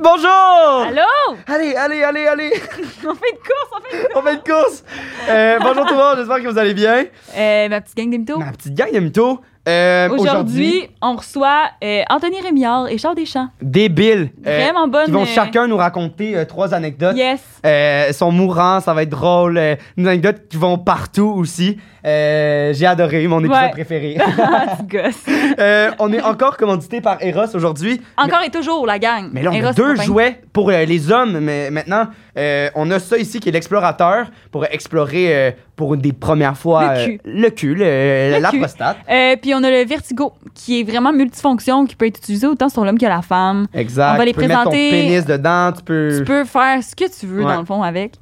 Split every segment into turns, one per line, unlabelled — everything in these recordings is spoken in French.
Bonjour
Allô
Allez, allez, allez, allez
On fait une course, on fait une course.
On fait une course Euh, Bonjour tout le monde, j'espère que vous allez bien.
Euh, ma petite gang des mythos.
Ma petite gang de mythos, euh,
Aujourd'hui, on reçoit euh, Anthony Rémillard et Charles Deschamps.
débile.
Vraiment bonne.
Ils vont
euh,
chacun nous raconter euh, trois anecdotes.
Yes.
Euh, sont mourants, ça va être drôle. euh, des anecdotes qui vont partout aussi. Euh, J'ai adoré mon épisode
Ouais.
préféré.
Ah, petit gosse.
Euh, on est encore commandité par Eros aujourd'hui.
Encore et toujours, la gang.
Mais là, on
Eros
a deux
compagnie.
jouets pour euh, les hommes, mais maintenant, euh, on a ça ici qui est l'explorateur pour explorer euh, pour des premières fois
Le
euh,
cul.
le cul, le-
Le
la
cul.
prostate.
Euh, puis on a le Vertigo, qui est vraiment multifonction, qui peut être utilisé autant sur l'homme que la femme.
Exact.
On va les
tu peux mettre ton
présenter.
pénis dedans, tu peux.
Tu peux faire ce que tu veux,
Euh. Ouais.
dans le fond, avec.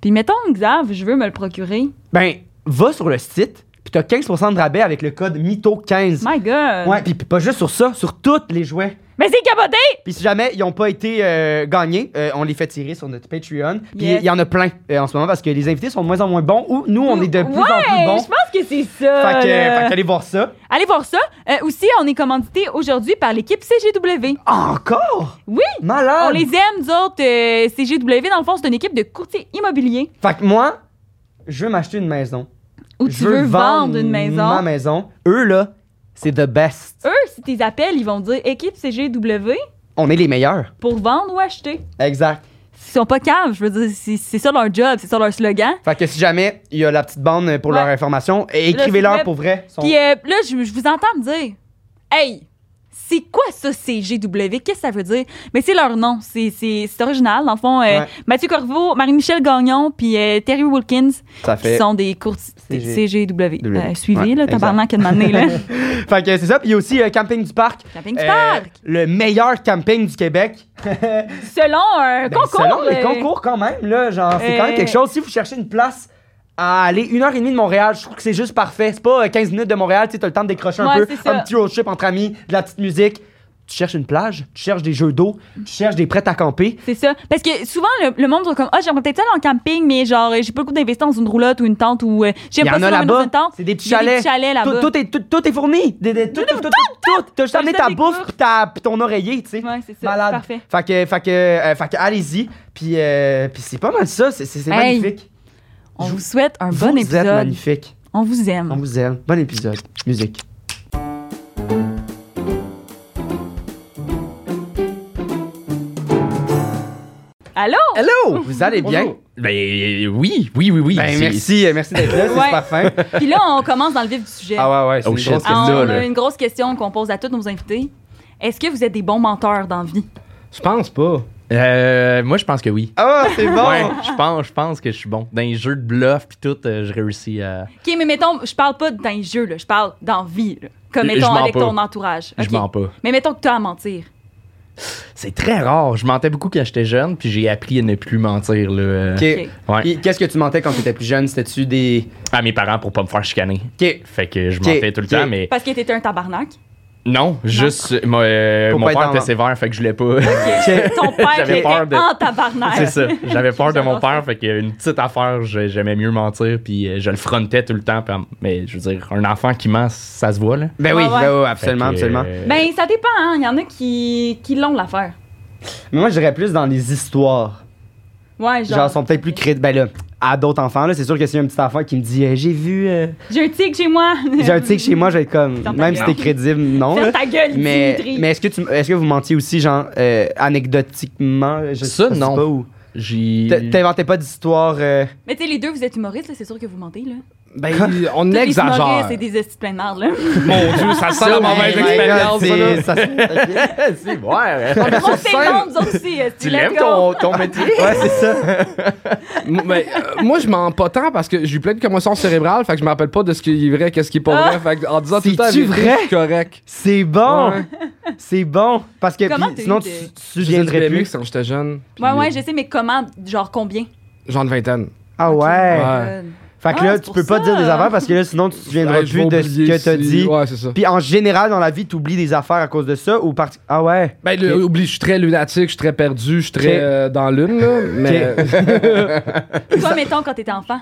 Puis mettons, Xav, je veux me le procurer.
Ben, va sur le site, puis t'as 15% de rabais avec le code MITO15.
My God.
Ouais, puis puis pas juste sur ça, sur tous les jouets.
Mais c'est capoté!
Puis si jamais ils n'ont pas été euh, gagnés, euh, on les fait tirer sur notre Patreon. Puis il
Yes.
y en a plein euh, en ce moment parce que les invités sont de moins en moins bons ou nous, on est de plus en plus
Ouais,
bons.
je pense que c'est ça.
Fait que,
là.
fait qu'allez voir ça.
Allez voir ça. Euh, aussi, on est commandité aujourd'hui par l'équipe CGW.
Encore?
Oui!
Malade!
On les aime, nous autres. euh, CGW, dans le fond, c'est une équipe de courtiers immobiliers
Fait que moi, je veux m'acheter une maison.
où tu
je
veux vendre une maison.
Ma maison. Eux, là, c'est the best.
Eux, si tes appels, ils vont dire équipe CGW
On est les meilleurs.
pour vendre ou acheter.
Exact.
Ils sont pas caves, je veux dire, c'est c'est ça leur job, c'est ça leur slogan.
Fait que si jamais il y a la petite bande pour
Ouais.
leur information, et
Là, c'est
écrivez-leur
vrai.
pour vrai. Son-
Puis euh, là, je, je vous entends me dire Hey, c'est quoi ça, CGW Qu'est-ce que ça veut dire Mais c'est leur nom, c'est- c'est c'est original. Dans le fond, euh,
Ouais.
Mathieu Corveau, Marie-Michel Gagnon, puis euh, Terry Wilkins,
Ça
qui
fait.
sont des cours
CG.
CGW.
W.
Euh, suivez,
Ouais,
là,
exact.
tabarnak, à un moment donné, là.
Fait que c'est ça. Puis il y a aussi euh, Camping du Parc.
Camping du
Euh,
parc!
Le meilleur camping du Québec.
Selon un
Ben,
concours!
Selon les
euh,
concours, quand même, là, genre, c'est quand même
Euh,
quelque chose. Si vous cherchez une place à aller une heure et demie de Montréal, je trouve que c'est juste parfait. C'est pas euh, 15 minutes de Montréal, tu sais, t'as le temps de décrocher un peu,
Ouais, c'est ça.
un petit road trip entre amis, de la petite musique. Tu cherches une plage, tu cherches des jeux d'eau, tu cherches des prêts à camper.
C'est ça. Parce que souvent, le, le monde sont comme Ah, j'aimerais peut-être aller en camping, mais genre, euh, j'ai pas le goût d'investir dans une roulotte ou une tente ou. euh,
Il
J'aime
y
pas
en
ça
a
dormir dans une
là-bas,
tente.
c'est des petits
Il y a des
chalets.
petits chalets
Tout,
là-bas.
tout est, tout, tout est fourni. Des- des- tout, tout, tout, tout, tout. T'as juste
T'as
amené
juste
ta
amené
bouffe
cours.
pis, ta, pis ton oreiller, tu sais.
Ouais, c'est ça.
Malade.
C'est parfait.
Fait que, fait que, euh, fait que allez-y. Puis, euh, puis c'est pas mal ça. C'est c'est- c'est
Hey,
magnifique.
On
Je-
vous souhaite un
vous
bon
êtes
épisode.
magnifique.
On vous aime.
On vous aime. Bon épisode. Musique.
Allô?
Hello! Vous allez bien?
Ben euh, oui, oui, oui, oui.
Ben,
C'est-
merci, euh, merci d'être là, c'est
Ouais.
super fin.
Puis là, on commence dans le vif du sujet.
Ah ouais, ouais, c'est
Oh
une
shit,
grosse
c'est
Ah,
question.
ça,
on
là.
a une grosse question qu'on pose à tous nos invités. Est-ce que vous êtes des bons menteurs dans la vie?
Je pense pas. Euh, moi, je pense que oui.
Ah, c'est bon!
Ouais, je pense, je pense que je suis bon. Dans les jeux de bluff puis tout, euh, je réussis à.
OK, mais mettons, je parle pas dans les jeux, là, je parle dans la vie. là. Comme
Je-
mettons
je mens
avec
pas.
ton entourage.
Je
OK.
mens pas.
Mais mettons que tu as à mentir.
C'est très rare. Je mentais beaucoup quand j'étais jeune, puis j'ai appris à ne plus mentir là. euh,
Ok.
Ouais.
Puis, Qu'est-ce que tu mentais quand tu étais plus jeune? C'était-tu des.
à mes parents pour pas me faire chicaner.
Ok.
Fait que je
Ok,
mentais tout le
ok.
temps, mais
Parce que t'étais un tabarnak.
non, juste euh, moi, euh,
Faut
mon
pas être
père
dans-
était sévère, fait que je voulais pas.
Ok.
Ton père
J'avais
était
peur de-
en tabarnak.
C'est ça. J'avais peur de mon
J'adore ça.
père, fait qu'une petite affaire, je- j'aimais mieux mentir, puis euh, je le frontais tout le temps. puis, mais je veux dire, un enfant qui ment, ça se voit, là.
Ben oui,
Ouais, ouais.
ben oui, absolument,
Fait que,
absolument.
euh,
Ben, ça dépend, hein. Il y en a qui, qui l'ont l'affaire.
Mais moi, je dirais plus dans les histoires.
Ouais, genre.
Genre, sont peut-être plus crédibles. Ben là, à d'autres enfants, là, c'est sûr que s'il y a un petit enfant qui me dit euh, J'ai vu. euh,
J'ai un tigre chez moi.
J'ai un tigre chez moi, je vais être comme.
Dans ta
Même si
gueule.
t'es crédible, non. là.
Ferme ta gueule,
Mais,
Dimitri.
mais est-ce que, tu- est-ce que vous mentiez aussi, genre, euh, anecdotiquement? Je,
Ça,
je sais
non.
Pas, ou-
J'ai.
T- T'inventais pas d'histoire. euh,
Mais tu sais, les deux, vous êtes humoristes, là, c'est sûr que vous mentez, là.
Ben, on
Tous les
exagère.
humoristes, C'est des estis de plein de merde, là.
Mon Dieu, ça sent la mauvaise
Oh my God,
expérience, ça, là.
c'est- ça, c'est-
C'est ouais.
On s'est bon, nous autres aussi. esti,
Tu
let's
l'aimes
go.
ton, ton métier?
Ouais, c'est ça.
M- ben, euh, moi, je mens pas tant parce que j'ai eu plein de commotions cérébrales, fait que je me rappelle pas de ce qui est vrai, qu'est-ce qui est pas vrai. Fait que en disant tout le temps,
Ah! C'est-tu
la vérité,
vrai?
je suis correct.
C'est bon.
Ouais.
C'est bon. Parce que
Comment
puis
t'as
sinon,
eu
tu
de-
tu te
Je faisais du
souviendrais
BMX
plus.
quand j'étais jeune. puis,
Ouais, ouais, je sais, mais comment, genre combien?
Genre de vingtaine.
Ah ouais.
Ouais.
Fait que
Ah,
là,
c'est
tu
pour
peux pas
ça.
dire des affaires parce que là, sinon, tu te souviendras
Hey, je
plus
vais
de ce
oublier
que t'as
si-
dit.
Ouais, c'est ça.
Puis en général, dans la vie, t'oublies des affaires à cause de ça ou parti- Ah ouais.
Ben, le-
Ok.
oublie, je suis très lunatique, je suis très perdu, je suis très
Ok.
euh, dans l'une, là. Mais.
Toi, mettons, quand t'étais enfant.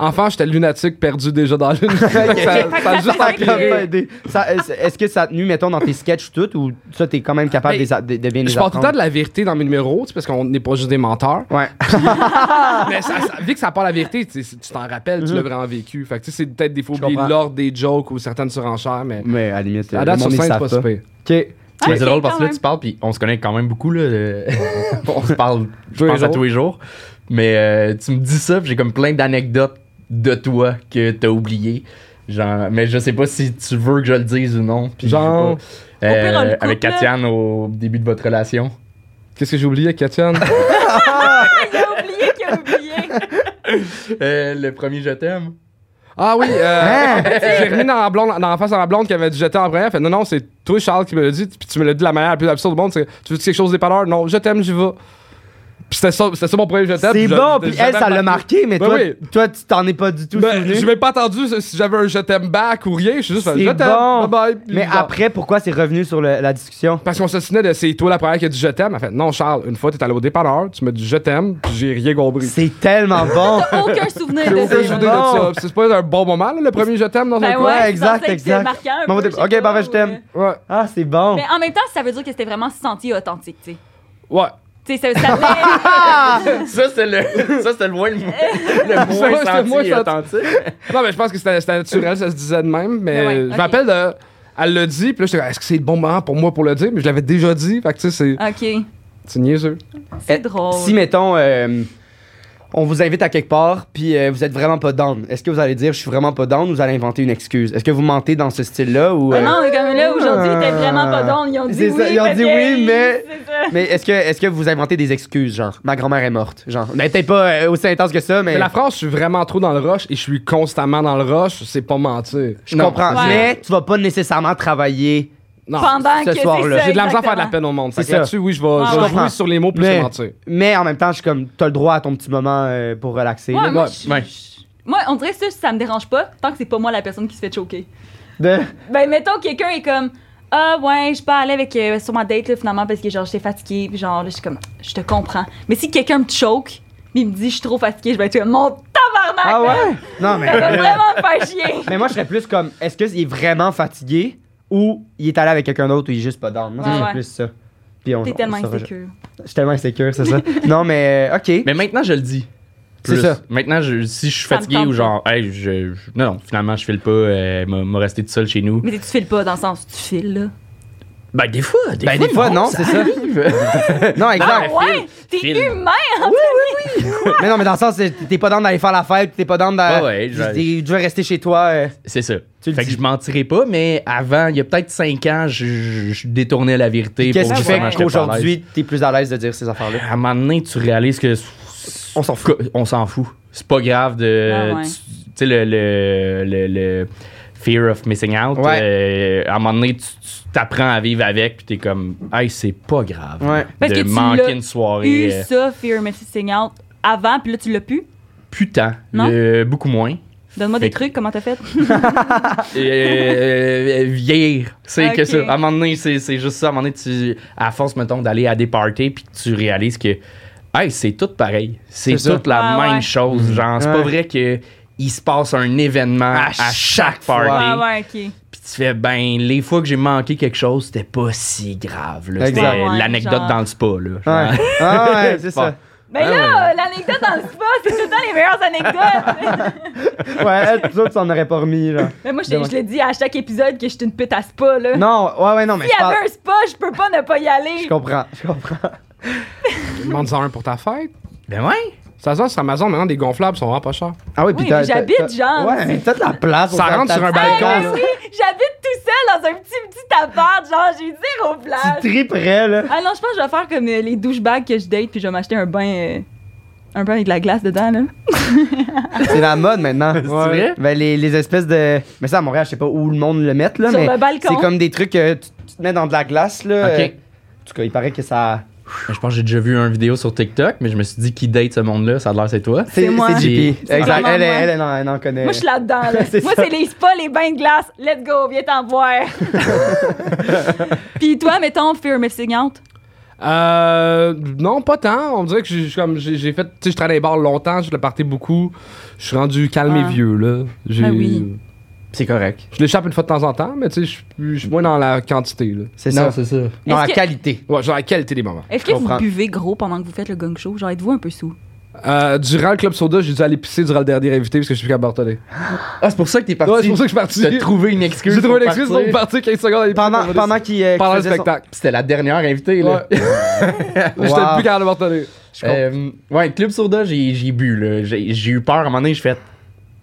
Enfant, j'étais lunatique perdu déjà dans l'une. Fait que ça, ça a juste
Fait que-
empiré.
Pas aidé. Ça, est- Est-ce que ça a tenu, mettons, dans tes sketchs tout ou ça, t'es quand même capable
Ben,
de, les a- de, de bien les
Je parle tout le temps de
apprendre?
la vérité dans mes numéros, tu sais, parce qu'on n'est pas juste des menteurs.
Ouais.
Mais ça, ça- vu que ça part la vérité, tu sais, tu t'en rappelles, tu l'as vraiment vécu. Fait que tu sais, c'est peut-être des fois
Mhm. Je
oublier
comprends.
l'ordre des jokes ou certaines surenchères, mais
Mais à la limite,
à
le
date
monde,
sur
ils
scène, c'est
savent
pas si pire.
Ok.
Ouais,
Mais c'est drôle
quand
parce que là,
même.
tu parles, puis on se connaît quand même beaucoup, là. euh, on se parle, je
Tous les
pense, à
jours.
tous les jours. Mais euh, tu me dis ça, puis j'ai comme plein d'anecdotes de toi que t'as oublié. Genre, mais je sais pas si tu veux que je le dise ou non. Puis
Genre?
je sais pas. Euh,
Au pire, on le coupe,
avec
là.
Katiane au début de votre relation.
Qu'est-ce que j'ai oublié, Katiane?
Il a oublié qu'il a oublié.
Euh, le premier je t'aime.
Ah oui, euh,
Hein?
j'ai remis dans la, blonde, dans la face à ma blonde qui avait dit je t'aime en première. Fait non, non, c'est toi, Charles, qui me l'a dit. Puis tu me l'as dit de la manière la plus absurde du monde. c'est, Tu veux quelque chose des parleurs? Non, je t'aime, j'y vais. Puis c'était ça, c'était ça mon premier je t'aime.
C'est
je-
bon,
je-
puis
je
elle,
t'aime
ça l'a
partout.
marqué, mais
Ben
toi,
oui.
toi, tu t'en es pas du tout
Ben, j'ai
souvenu.
même pas entendu ce- si j'avais un je t'aime back ou rien. Je suis juste fait,
C'est
je t'aime.
bon.
Bye bye. Puis
Mais
genre,
après, pourquoi c'est revenu sur le- la discussion?
Parce qu'on s'assinait de c'est toi la première qui a dit je t'aime. Elle fait non, Charles, une fois t'es allé au dépanneur, tu m'as dit je t'aime, puis j'ai rien compris.
C'est tellement bon!
T'as aucun souvenir
Aucun
de ça.
C'est
souvenir de
bon.
ça. Puis C'est pas un bon moment, là, le premier je t'aime dans un
Ben
couple.
Ouais,
Ah ouais,
exact,
exact,
exact.
exact. Marquant un
Bon,
peu,
ok,
je sais pas,
parfait, je
ou,
t'aime.
euh,
Ouais.
Ah, c'est bon!
Mais en même temps, ça veut dire que c'était vraiment senti authentique, tu sais.
Ouais.
Tu sais, ça, ça venait-
Ça, c'est le, ça, c'est le moins, le moins
Ça, c'est le
senti
moins
et
senti.
authentique.
Non, mais je pense que c'était c'était naturel, ça se disait de même. Mais
Mais Ben ouais,
je
ok.
me rappelle, de- elle l'a dit, puis là, j'étais comme, est-ce que c'est le bon moment pour moi pour le dire? Mais je l'avais déjà dit, fait que tu sais, c'est-
OK,
c'est niaiseux.
c'est
Eh,
drôle.
Si, mettons, euh, on vous invite à quelque part, puis euh, vous êtes vraiment pas down, est-ce que vous allez dire je suis vraiment pas down ou vous allez inventer une excuse? Est-ce que vous mentez dans ce style-là ou.
Ah
euh,
non, mais comme là, aujourd'hui, t'es vraiment pas drôle. Ils ont dit
Ah. C'est
oui,
ça, ils ont
parce
dit
que-
oui, mais-
c'est ça.
Mais est-ce que, est que vous inventez des excuses, genre ma grand-mère est morte? Genre, ben, peut-être pas euh, aussi intense que ça, mais.
Mais la France, je suis vraiment trop dans le rush et je suis constamment dans le rush, c'est pas mentir.
Je
Non,
comprends,
Ouais.
mais tu vas pas nécessairement travailler.
Non.
Pendant
ce
que c'est
soir-là.
ça,
J'ai de la misère à faire de la
exactement.
peine au monde.
C'est
C'est
ça.
là-dessus, oui, je vais,
Ah,
je vais
ouais.
jouer sur les mots plus
Mais-
que mentir.
Mais en même temps, je suis comme, t'as le droit à ton petit moment euh, pour relaxer.
Ouais,
là.
moi,
Ouais,
je-
ouais.
moi, on dirait que ça, ça me dérange pas, tant que c'est pas moi la personne qui se fait choquer.
De-
Ben, mettons, que quelqu'un est comme. Ah ouais, je suis pas allée avec euh, sur ma date là, finalement parce que genre j'étais fatiguée, puis genre là je suis comme je te comprends. Mais si quelqu'un me choque, puis il me dit je suis trop fatiguée, je vais être comme mon tabarnak.
Ah ouais? Non, mais.
Ça va vraiment me faire chier.
Mais moi, je serais plus comme, est-ce qu'il est vraiment fatigué ou il est allé avec quelqu'un d'autre ou il est juste pas down? Moi, ça
Ouais,
serait
ouais.
plus ça. Puis on,
T'es
on
tellement
se rejoint.
insécure.
Je suis tellement insécure, c'est ça. non, mais euh, OK.
Mais maintenant, je le dis.
C'est
Plus.
ça.
Maintenant, je- si je suis
Ça me
fatigué
tente
ou genre, hey, je, je- non, non, finalement, je file pas, euh, m'a m'a resté tout seul chez nous.
Mais tu files pas dans le sens tu files là.
Ben, des fois, des
Ben,
fois.
des fois, non, c'est ça. Non,
Ah
exact.
ouais, t'es
file.
humain.
mais non, mais dans le sens, c'est- t'es pas down d'aller faire la fête, t'es pas down d'aller.
Ouais, ouais, je-
je vais rester chez toi. euh.
C'est ça.
Tu le
fait
dis.
que je mentirais pas, mais avant, il y a peut-être 5 ans, je, je- je détournais la vérité.
Qu'est-ce
pour
qui
ouais,
fait
justement, j'étais pas à l'aise.
qu'aujourd'hui, t'es plus à l'aise de dire ces affaires-là?
À un moment donné, tu réalises que.
On s'en
fout. On s'en fout. C'est pas grave de.
Ah ouais.
Tu tu sais, le. le, le, le Fear of missing out.
Ouais.
euh, à un moment donné, tu tu t'apprends à vivre avec, puis t'es comme, hey, c'est pas grave.
Ouais.
Parce que
De
tu l'as
manquer une
Eu
soirée. euh,
ça, fear missing out avant, puis là tu l'as pu.
putain.
Non?
euh, beaucoup moins.
Donne-moi
Fait
des
que-
trucs, comment t'as fait?
Euh, euh, vieillir. C'est
Ok.
que ça. À un moment donné, c'est, c'est juste ça. À un moment donné, tu, à force, mettons, d'aller à des parties, puis que tu réalises que, hey, c'est tout pareil. C'est,
C'est ça.
toute la
Ah, Ouais,
même
ouais.
chose. Genre, c'est
Ouais.
pas vrai que il se passe un événement
À
à,
chaque
chaque
fois.
party.
Ah ouais, ok.
Puis tu fais, ben, les fois que j'ai manqué quelque chose, c'était pas si grave. là. C'était
Exact.
Ouais, ouais,
l'anecdote
genre.
dans le spa. Là,
Ouais. Ah ouais, c'est ça.
Ben
Ah
là, euh, l'anecdote dans le spa, c'est tout le temps les meilleures anecdotes.
Ouais, elle, tu autres, t'en aurais pas remis, là.
Mais moi, je,
Demain.
je l'ai dit à chaque épisode que j'étais une pute à spa, là.
Non, ouais, ouais, non, mais
S'il
je
y
parle-
avait un spa, je peux pas ne pas y aller.
Je comprends, je comprends.
Demande-en un pour ta fête.
Ben ouais.
Ça se vend sur Amazon, maintenant, des gonflables sont vraiment pas chers.
Ah oui,
Oui,
t'as-
mais
t'as-
j'habite,
t'as-
genre.
Ouais, mais t'as de la place.
Ça
au
rentre sur un
tapis.
balcon,
Ah,
là.
oui.
J'habite tout seul dans un petit, petit appart, genre, j'ai zéro place.
Tu triperais, là.
Ah non, je pense que je vais faire comme euh, les douchebags que je date, puis je vais m'acheter un bain... euh, Un bain avec de la glace dedans, là.
Euh. C'est la mode maintenant.
vrai?
Ben, les, les espèces de. Mais ça, à Montréal, je sais pas où le monde le met, là.
Sur
mais
le balcon.
C'est comme des trucs que tu, tu te mets dans de la glace, là.
Ok.
Euh, En tout cas, il paraît que ça.
Ben, Je pense que j'ai déjà vu une vidéo sur TikTok, mais je me suis dit, qui date ce monde-là? Ça a l'air, c'est toi.
C'est moi.
C'est JP.
C'est
Exact.
vraiment
Elle, elle,
moi.
elle, elle en- elle en connaît.
Moi, je suis là-dedans, là.
C'est
Moi,
ça.
c'est les spas, les bains de glace. Let's go, viens t'en voir. puis toi, mettons, fear missing out.
Euh, non, pas tant. On dirait que j'ai- j'ai comme- j'ai j'ai fait. Tu sais, je travaillais dans les bars longtemps, je le partais beaucoup. Je suis rendu calme et
Ah.
vieux, là. J'ai-
Ah oui.
C'est correct.
Je l'échappe une fois de temps en temps, mais tu sais, je suis- je suis moins dans la quantité, là.
C'est
Non,
ça.
c'est ça.
Non,
Est-ce
la
que-
qualité.
Ouais, genre la qualité des moments.
Est-ce que vous
comprends.
buvez gros pendant que vous faites le gong show? Genre, êtes-vous un peu sous?
Euh, durant le Club Soda, j'ai dû aller pisser durant le dernier invité parce que je suis plus capable de retenir.
Ah, c'est pour ça que t'es parti.
Ouais, c'est pour ça que je suis parti.
T'as trouvé une excuse.
J'ai trouvé
pour
une excuse pour
partir.
partir 15 secondes. et
Pendant,
puis-
pendant qu'il. euh,
pendant
qu'il
le
faisait son-
spectacle.
C'était la dernière invitée, là.
Ouais. J'étais
Wow.
plus capable de retenir.
Je comprends.
Euh, ouais, Club Soda, j'ai j'ai bu, là. J'ai j'ai eu peur, à un moment donné, j'ai fait...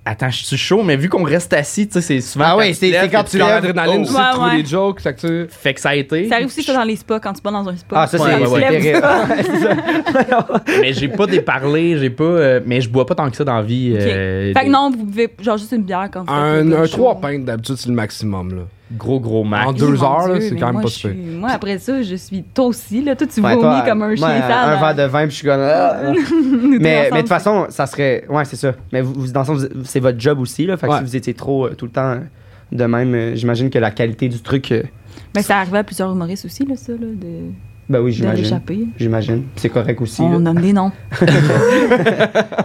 Attends, je suis chaud, mais vu qu'on reste assis, tu sais, c'est souvent...
Ah
quand
ouais,
tu te
c'est-
lèves
c'est quand
que
tu
Dans
lèves. Oh.
l'adrénaline, tu sais,
Ouais,
trouver
ouais.
des jokes, fait que tu-
Fait que ça a été.
Ça arrive aussi que dans les spas, quand tu vas dans un spa.
Ah, ça, c'est
Ouais, ouais,
c'est
ouais.
terrible.
Mais j'ai pas déparlé, j'ai pas. euh, mais je bois pas tant que ça dans la vie. euh,
Fait que
des
non, vous buvez genre juste une bière quand vous faites le
Un,
gong
un
show.
3 pintes d'habitude, c'est le maximum, là.
Gros, gros max.
En
Eh,
deux
mon
heures, là,
Dieu,
c'est
mais
quand même
moi,
pas
je
super.
suis- Moi, après ça, je suis. Toi aussi, là. Toi, tu
Ouais,
vomis
toi,
comme un
moi,
chien
euh,
sale. hein.
Un verre de vin, puis je suis comme. ah, ah.
Nous
mais, mais
deux
de
ensemble,
toute façon, ça serait. Ouais, c'est ça. Mais vous, vous- dans le sens, vous- c'est votre job aussi, là. Fait que
Ouais.
si vous étiez trop euh, tout le temps euh, de même, euh, j'imagine que la qualité du truc. euh,
Mais ça arrivait à plusieurs humoristes aussi, là, ça, là, de,
ben oui,
de
j'imagine.
l'échapper.
J'imagine. C'est correct aussi.
On
là.
nomme des noms.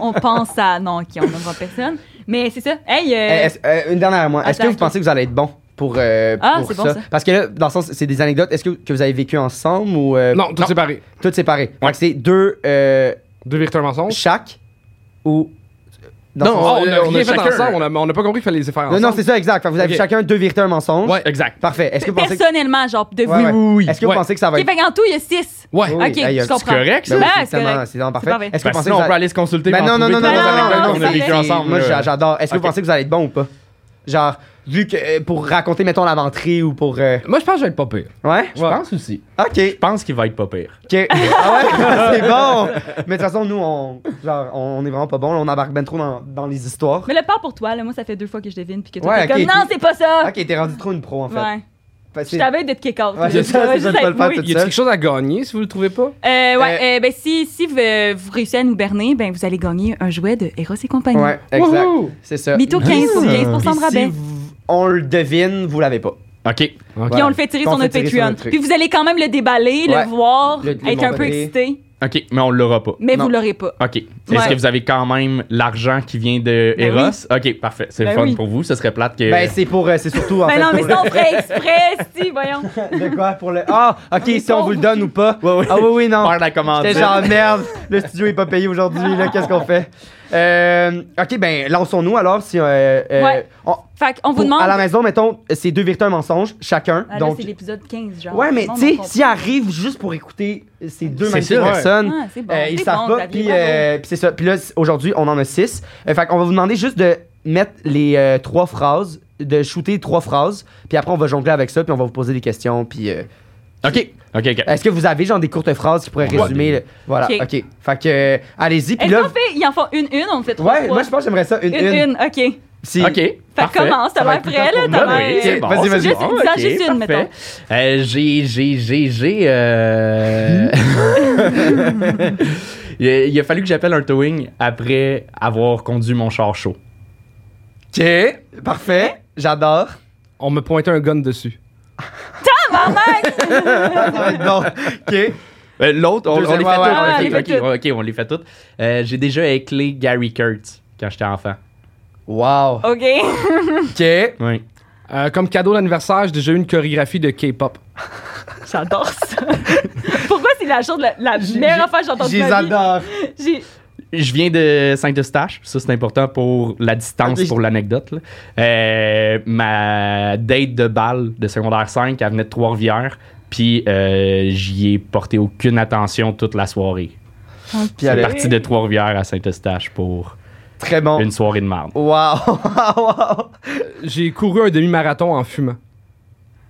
on pense à. Non, qui on nommera personne. Mais c'est ça. Hey,
Eh,
euh,
est-ce- euh, une dernière, moi. Est-ce que
Attends,
vous pensez que vous allez être bon pour, euh,
Ah,
pour
c'est bon, ça.
Parce que là, dans le sens, c'est des anecdotes. Est-ce que, que vous avez vécu ensemble ou. euh,
Non, tout séparé.
Toutes séparées. Fait que c'est deux euh,
Deux vérités, un mensonge.
chaque ou. dans le
Non,
sens- euh,
Ah, on
on a
a rien fait
chacun-
ensemble, on a, on a pas compris qu'il fallait les faire
non,
ensemble.
non, c'est ça, exact. Fait que vous avez
Ok.
chacun deux vérités, un mensonge.
Ouais.
Exact.
Parfait. Est-ce que vous pensez que.
personnellement, genre, de
Ouais, ouais.
vous.
Est-ce que vous
Ouais.
pensez que ça va
Ok,
être.
fait qu'en tout, il y a six.
Ouais.
Oui,
Ok,
hey, euh,
je comprends.
c'est correct, ça?
Ben oui, c'est
Ben, c'est
tellement-
correct.
c'est vraiment
C'est parfait.
parfait. Est-ce que
Parce
vous
que
pensez que
sinon, on
vous
peut
allez-
aller se consulter.
Ben
en
non, non,
trouver
non, non,
des
non,
anecdotes
non, non,
qu'on
non,
a
c'est
vécues
vrai.
ensemble.
Moi,
là.
j'a- j'adore. Est-ce que
Ok.
Ben,
vous pensez que vous allez être bon ou pas? Genre, vu que euh, pour raconter, mettons, la menterie ou pour. euh,
Moi, je pense que je vais être pas pire.
Ouais?
Je pense aussi.
Ok.
Je pense qu'il va être pas pire.
ok. Ah ouais? c'est bon! Mais de toute façon, nous, on, genre, on, on est vraiment pas bon. On embarque ben trop dans, dans les histoires.
Mais le parle pour toi, là. Moi, ça fait deux fois que je devine. Puis que toi,
Ouais,
t'es
ok,
comme, non,
ok.
c'est pas ça.
Ok, t'es rendu trop une pro en fait.
Ouais.
Fait que
Je
c'est-
t'avais d'être kick-off.
Ouais,
là.
c'est ça, c'est
Juste
ça, je peux
être
le faire
oui.
tout de
Y a quelque chose à gagner si vous le trouvez pas?
Euh, ouais, euh, ben, si, si vous, euh, vous réussissez à nous berner, ben, vous allez gagner un jouet de Eros et compagnie.
Ouais, exact.
Wouhou!
C'est ça.
Mytho 15 pour 15
Puis
de rabais.
si vous- on le devine, vous l'avez pas.
OK.
Ok.
Puis on le fait tirer
On
sur
fait
notre
tirer sur
Patreon.
notre truc.
Puis vous allez quand même le déballer,
Ouais.
le voir,
Le- le
être un peu
montrer.
excité,
OK, mais on l'aura pas.
mais
Non.
vous l'aurez pas.
OK. Est-ce
Ouais.
que vous avez quand même l'argent qui vient de
Ben
Eros? OK, parfait. C'est
Ben
fun
oui.
pour vous. Ce serait plate que.
Ben c'est pour, euh, c'est surtout en
Ben
fait.
non, mais
pour
sinon on ferait exprès, si, voyons.
le- De quoi pour le Ah, ok,
est
si on vous le donne ou pas.
Ouais, ouais.
Ah oui, oui, non.
Faire la commande.
J'étais genre merde, le studio est pas payé aujourd'hui, là, qu'est-ce qu'on fait? Euh, ok, ben lançons-nous alors si. euh, euh,
Ouais.
on-
Fait qu'on vous
pour-
demande.
À la maison, mettons, c'est deux véritables mensonges, chacun.
Ah, là,
donc,
c'est l'épisode 15, genre.
ouais, mais
Bon,
tu sais,
on comprend.
s'ils arrivent juste pour écouter ces deux
C'est
magnifiques
ça.
personnes,
Ah, c'est bon.
Euh, ils
c'est
savent
bon,
pas,
Xavier,
puis
bravo.
euh, puis c'est ça. Puis là, c- aujourd'hui, on en a six. Euh, fait qu'on va vous demander juste de mettre les euh, trois phrases, de shooter trois phrases, puis après, on va jongler avec ça, puis on va vous poser des questions, puis... euh,
OK. OK, OK.
Est-ce que vous avez, genre, des courtes phrases qui pourraient
Ouais.
résumer... le- Voilà,
Ok.
OK. Fait que, euh, allez-y, puis
Est-ce
là...
qu'on fait, ils Eh, en font une, une, on fait trois,
Ouais,
trois.
moi, je pense que j'aimerais ça, une,
une,
une.
une, ok. Fait
Si-
OK. Ben
que commence, t'as
Ça va
l'air
être plus
prêt,
tard
là,
pour
t'as
moi,
oui,
l'air.
c'est bon.
Vas-y, vas-y.
Juste,
Bon,
dis-en
ok,
juste une,
parfait.
mettons.
Euh, j'ai, j'ai, j'ai, j'ai. euh, il, a, il a fallu que j'appelle un towing après avoir conduit mon char chaud.
OK, parfait. J'adore.
On me pointait un gun dessus.
Ça va être bon. OK.
Euh, L'autre, on, on les fait
Deuxième,
toutes.
ouais, ouais,
on
ouais,
les
on les fait
fait toutes. Ok, ok, on les fait toutes. Euh, j'ai déjà éclé Gary Kurtz quand j'étais enfant.
Wow.
Ok.
OK.
Oui.
Euh, comme cadeau d'anniversaire, j'ai déjà eu une chorégraphie de K-pop.
J'adore ça. Pourquoi c'est la chose, la, la
J'ai-
meilleure
j'ai-
affaire que j'ai entendue
Je
de
les
ma vie?
adore.
J'ai-
Je viens de Saint-Eustache, ça c'est important pour la distance,
Ok, je-
pour l'anecdote. là. Euh, ma date de balle de secondaire 5, elle venait de Trois-Rivières, puis euh, j'y ai porté aucune attention toute la soirée.
Puis
Je suis
allez.
parti de Trois-Rivières à Saint-Eustache pour
Très bon.
une soirée de marde.
Wow. wow.
J'ai couru un demi-marathon en fumant.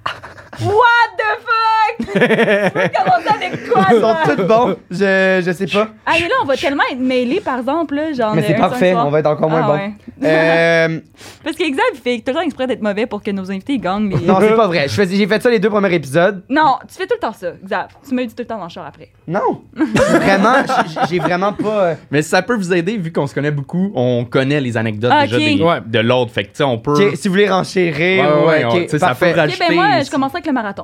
What the fuck? Tu veux commencer avec quoi,
Ils sont
là?
tous bons. Je, je sais pas.
Ah, mais là, on va tellement être mêlés, par exemple, là, genre.
Mais c'est
un soir,
parfait,
un soir.
on va être encore moins
Ah,
bon.
ouais.
Euh,
Parce qu'Exab, il fait tout le temps exprès d'être mauvais pour que nos invités ils gagnent, mais.
non, c'est pas vrai. Je faisais- J'ai fait ça les deux premiers épisodes.
Non, tu fais tout le temps ça, Xab. Tu me le dis tout le temps dans le char après.
Non. vraiment, j- j'ai vraiment pas. euh,
Mais ça peut vous aider, vu qu'on se connaît beaucoup, on connaît les anecdotes
Ah,
déjà
ok.
des-
Ouais.
de l'autre. Fait que, tu sais, on peut.
ok, si vous voulez renchérir,
Ouais, ouais,
ouais, ok,
on- tu sais, ça
parfait.
peut
Ok, ben
rajouter-
moi, je commencerai avec le marathon.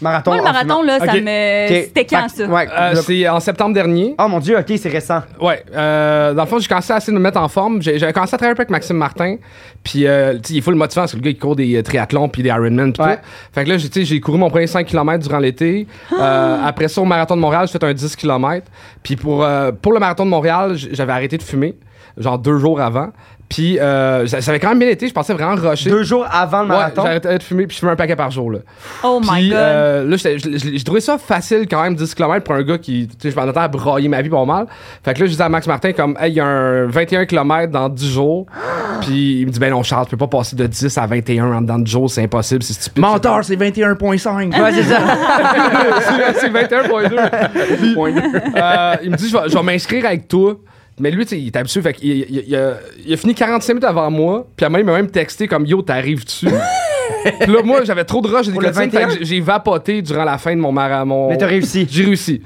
Marathon.
Moi, le
en
marathon, là, ça
Ok.
me.
fumant. Ok,
C'était quand,
fait que-
ça?
Ouais.
Euh,
le-
c'est en septembre dernier.
Oh mon dieu, ok, c'est récent.
Ouais. euh, dans le fond, j'ai commencé à essayer de me mettre en forme. J'ai- J'avais commencé à travailler un peu avec Maxime Martin. Puis, euh, tu sais, il faut le motivant parce que le gars, il court des euh, triathlons puis des Ironman. Puis
Ouais.
tout. Fait que là, j'ai tu sais, j'ai couru mon premier 5 km durant l'été.
Ah!
Euh, après ça, au marathon de Montréal, j'ai fait un 10 km. Puis pour, euh, pour le marathon de Montréal, j- j'avais arrêté de fumer, genre deux jours avant. Puis, euh, ça, ça avait quand même bien été. Je pensais vraiment rusher.
Deux jours avant le
Ouais,
marathon.
j'arrêtais de fumer puis je fumais un paquet par jour. Là.
Oh my
Puis,
god.
euh, là, j'étais- je- je je trouvais ça facile quand même, 10 km pour un gars qui, tu sais, je m'en attendais à brailler ma vie pas mal. Fait que là, je disais à Max Martin, comme, hey, il y a un 21 km dans 10 jours. Puis il me dit, ben non, Charles, tu peux pas passer de 10 à 21 en dedans de 10 jours, c'est impossible, c'est stupide.
Menteur, c'est 21.5.
Ouais, c'est ça.
c'est c'est 21.2. Puis, euh, il me dit, je vais, je vais m'inscrire avec toi. Mais lui, tu sais, il est habitué. Fait qu'il- il, il- il a, il a fini 45 minutes avant moi. Puis à un moment, il m'a même texté comme Yo, t'arrives-tu? Puis là, moi, j'avais trop de rush, j'ai des
Pour le
cotines, fait que
21?
j'ai- j'ai vapoté durant la fin de mon marathon.
Mais t'as réussi.
J'ai réussi.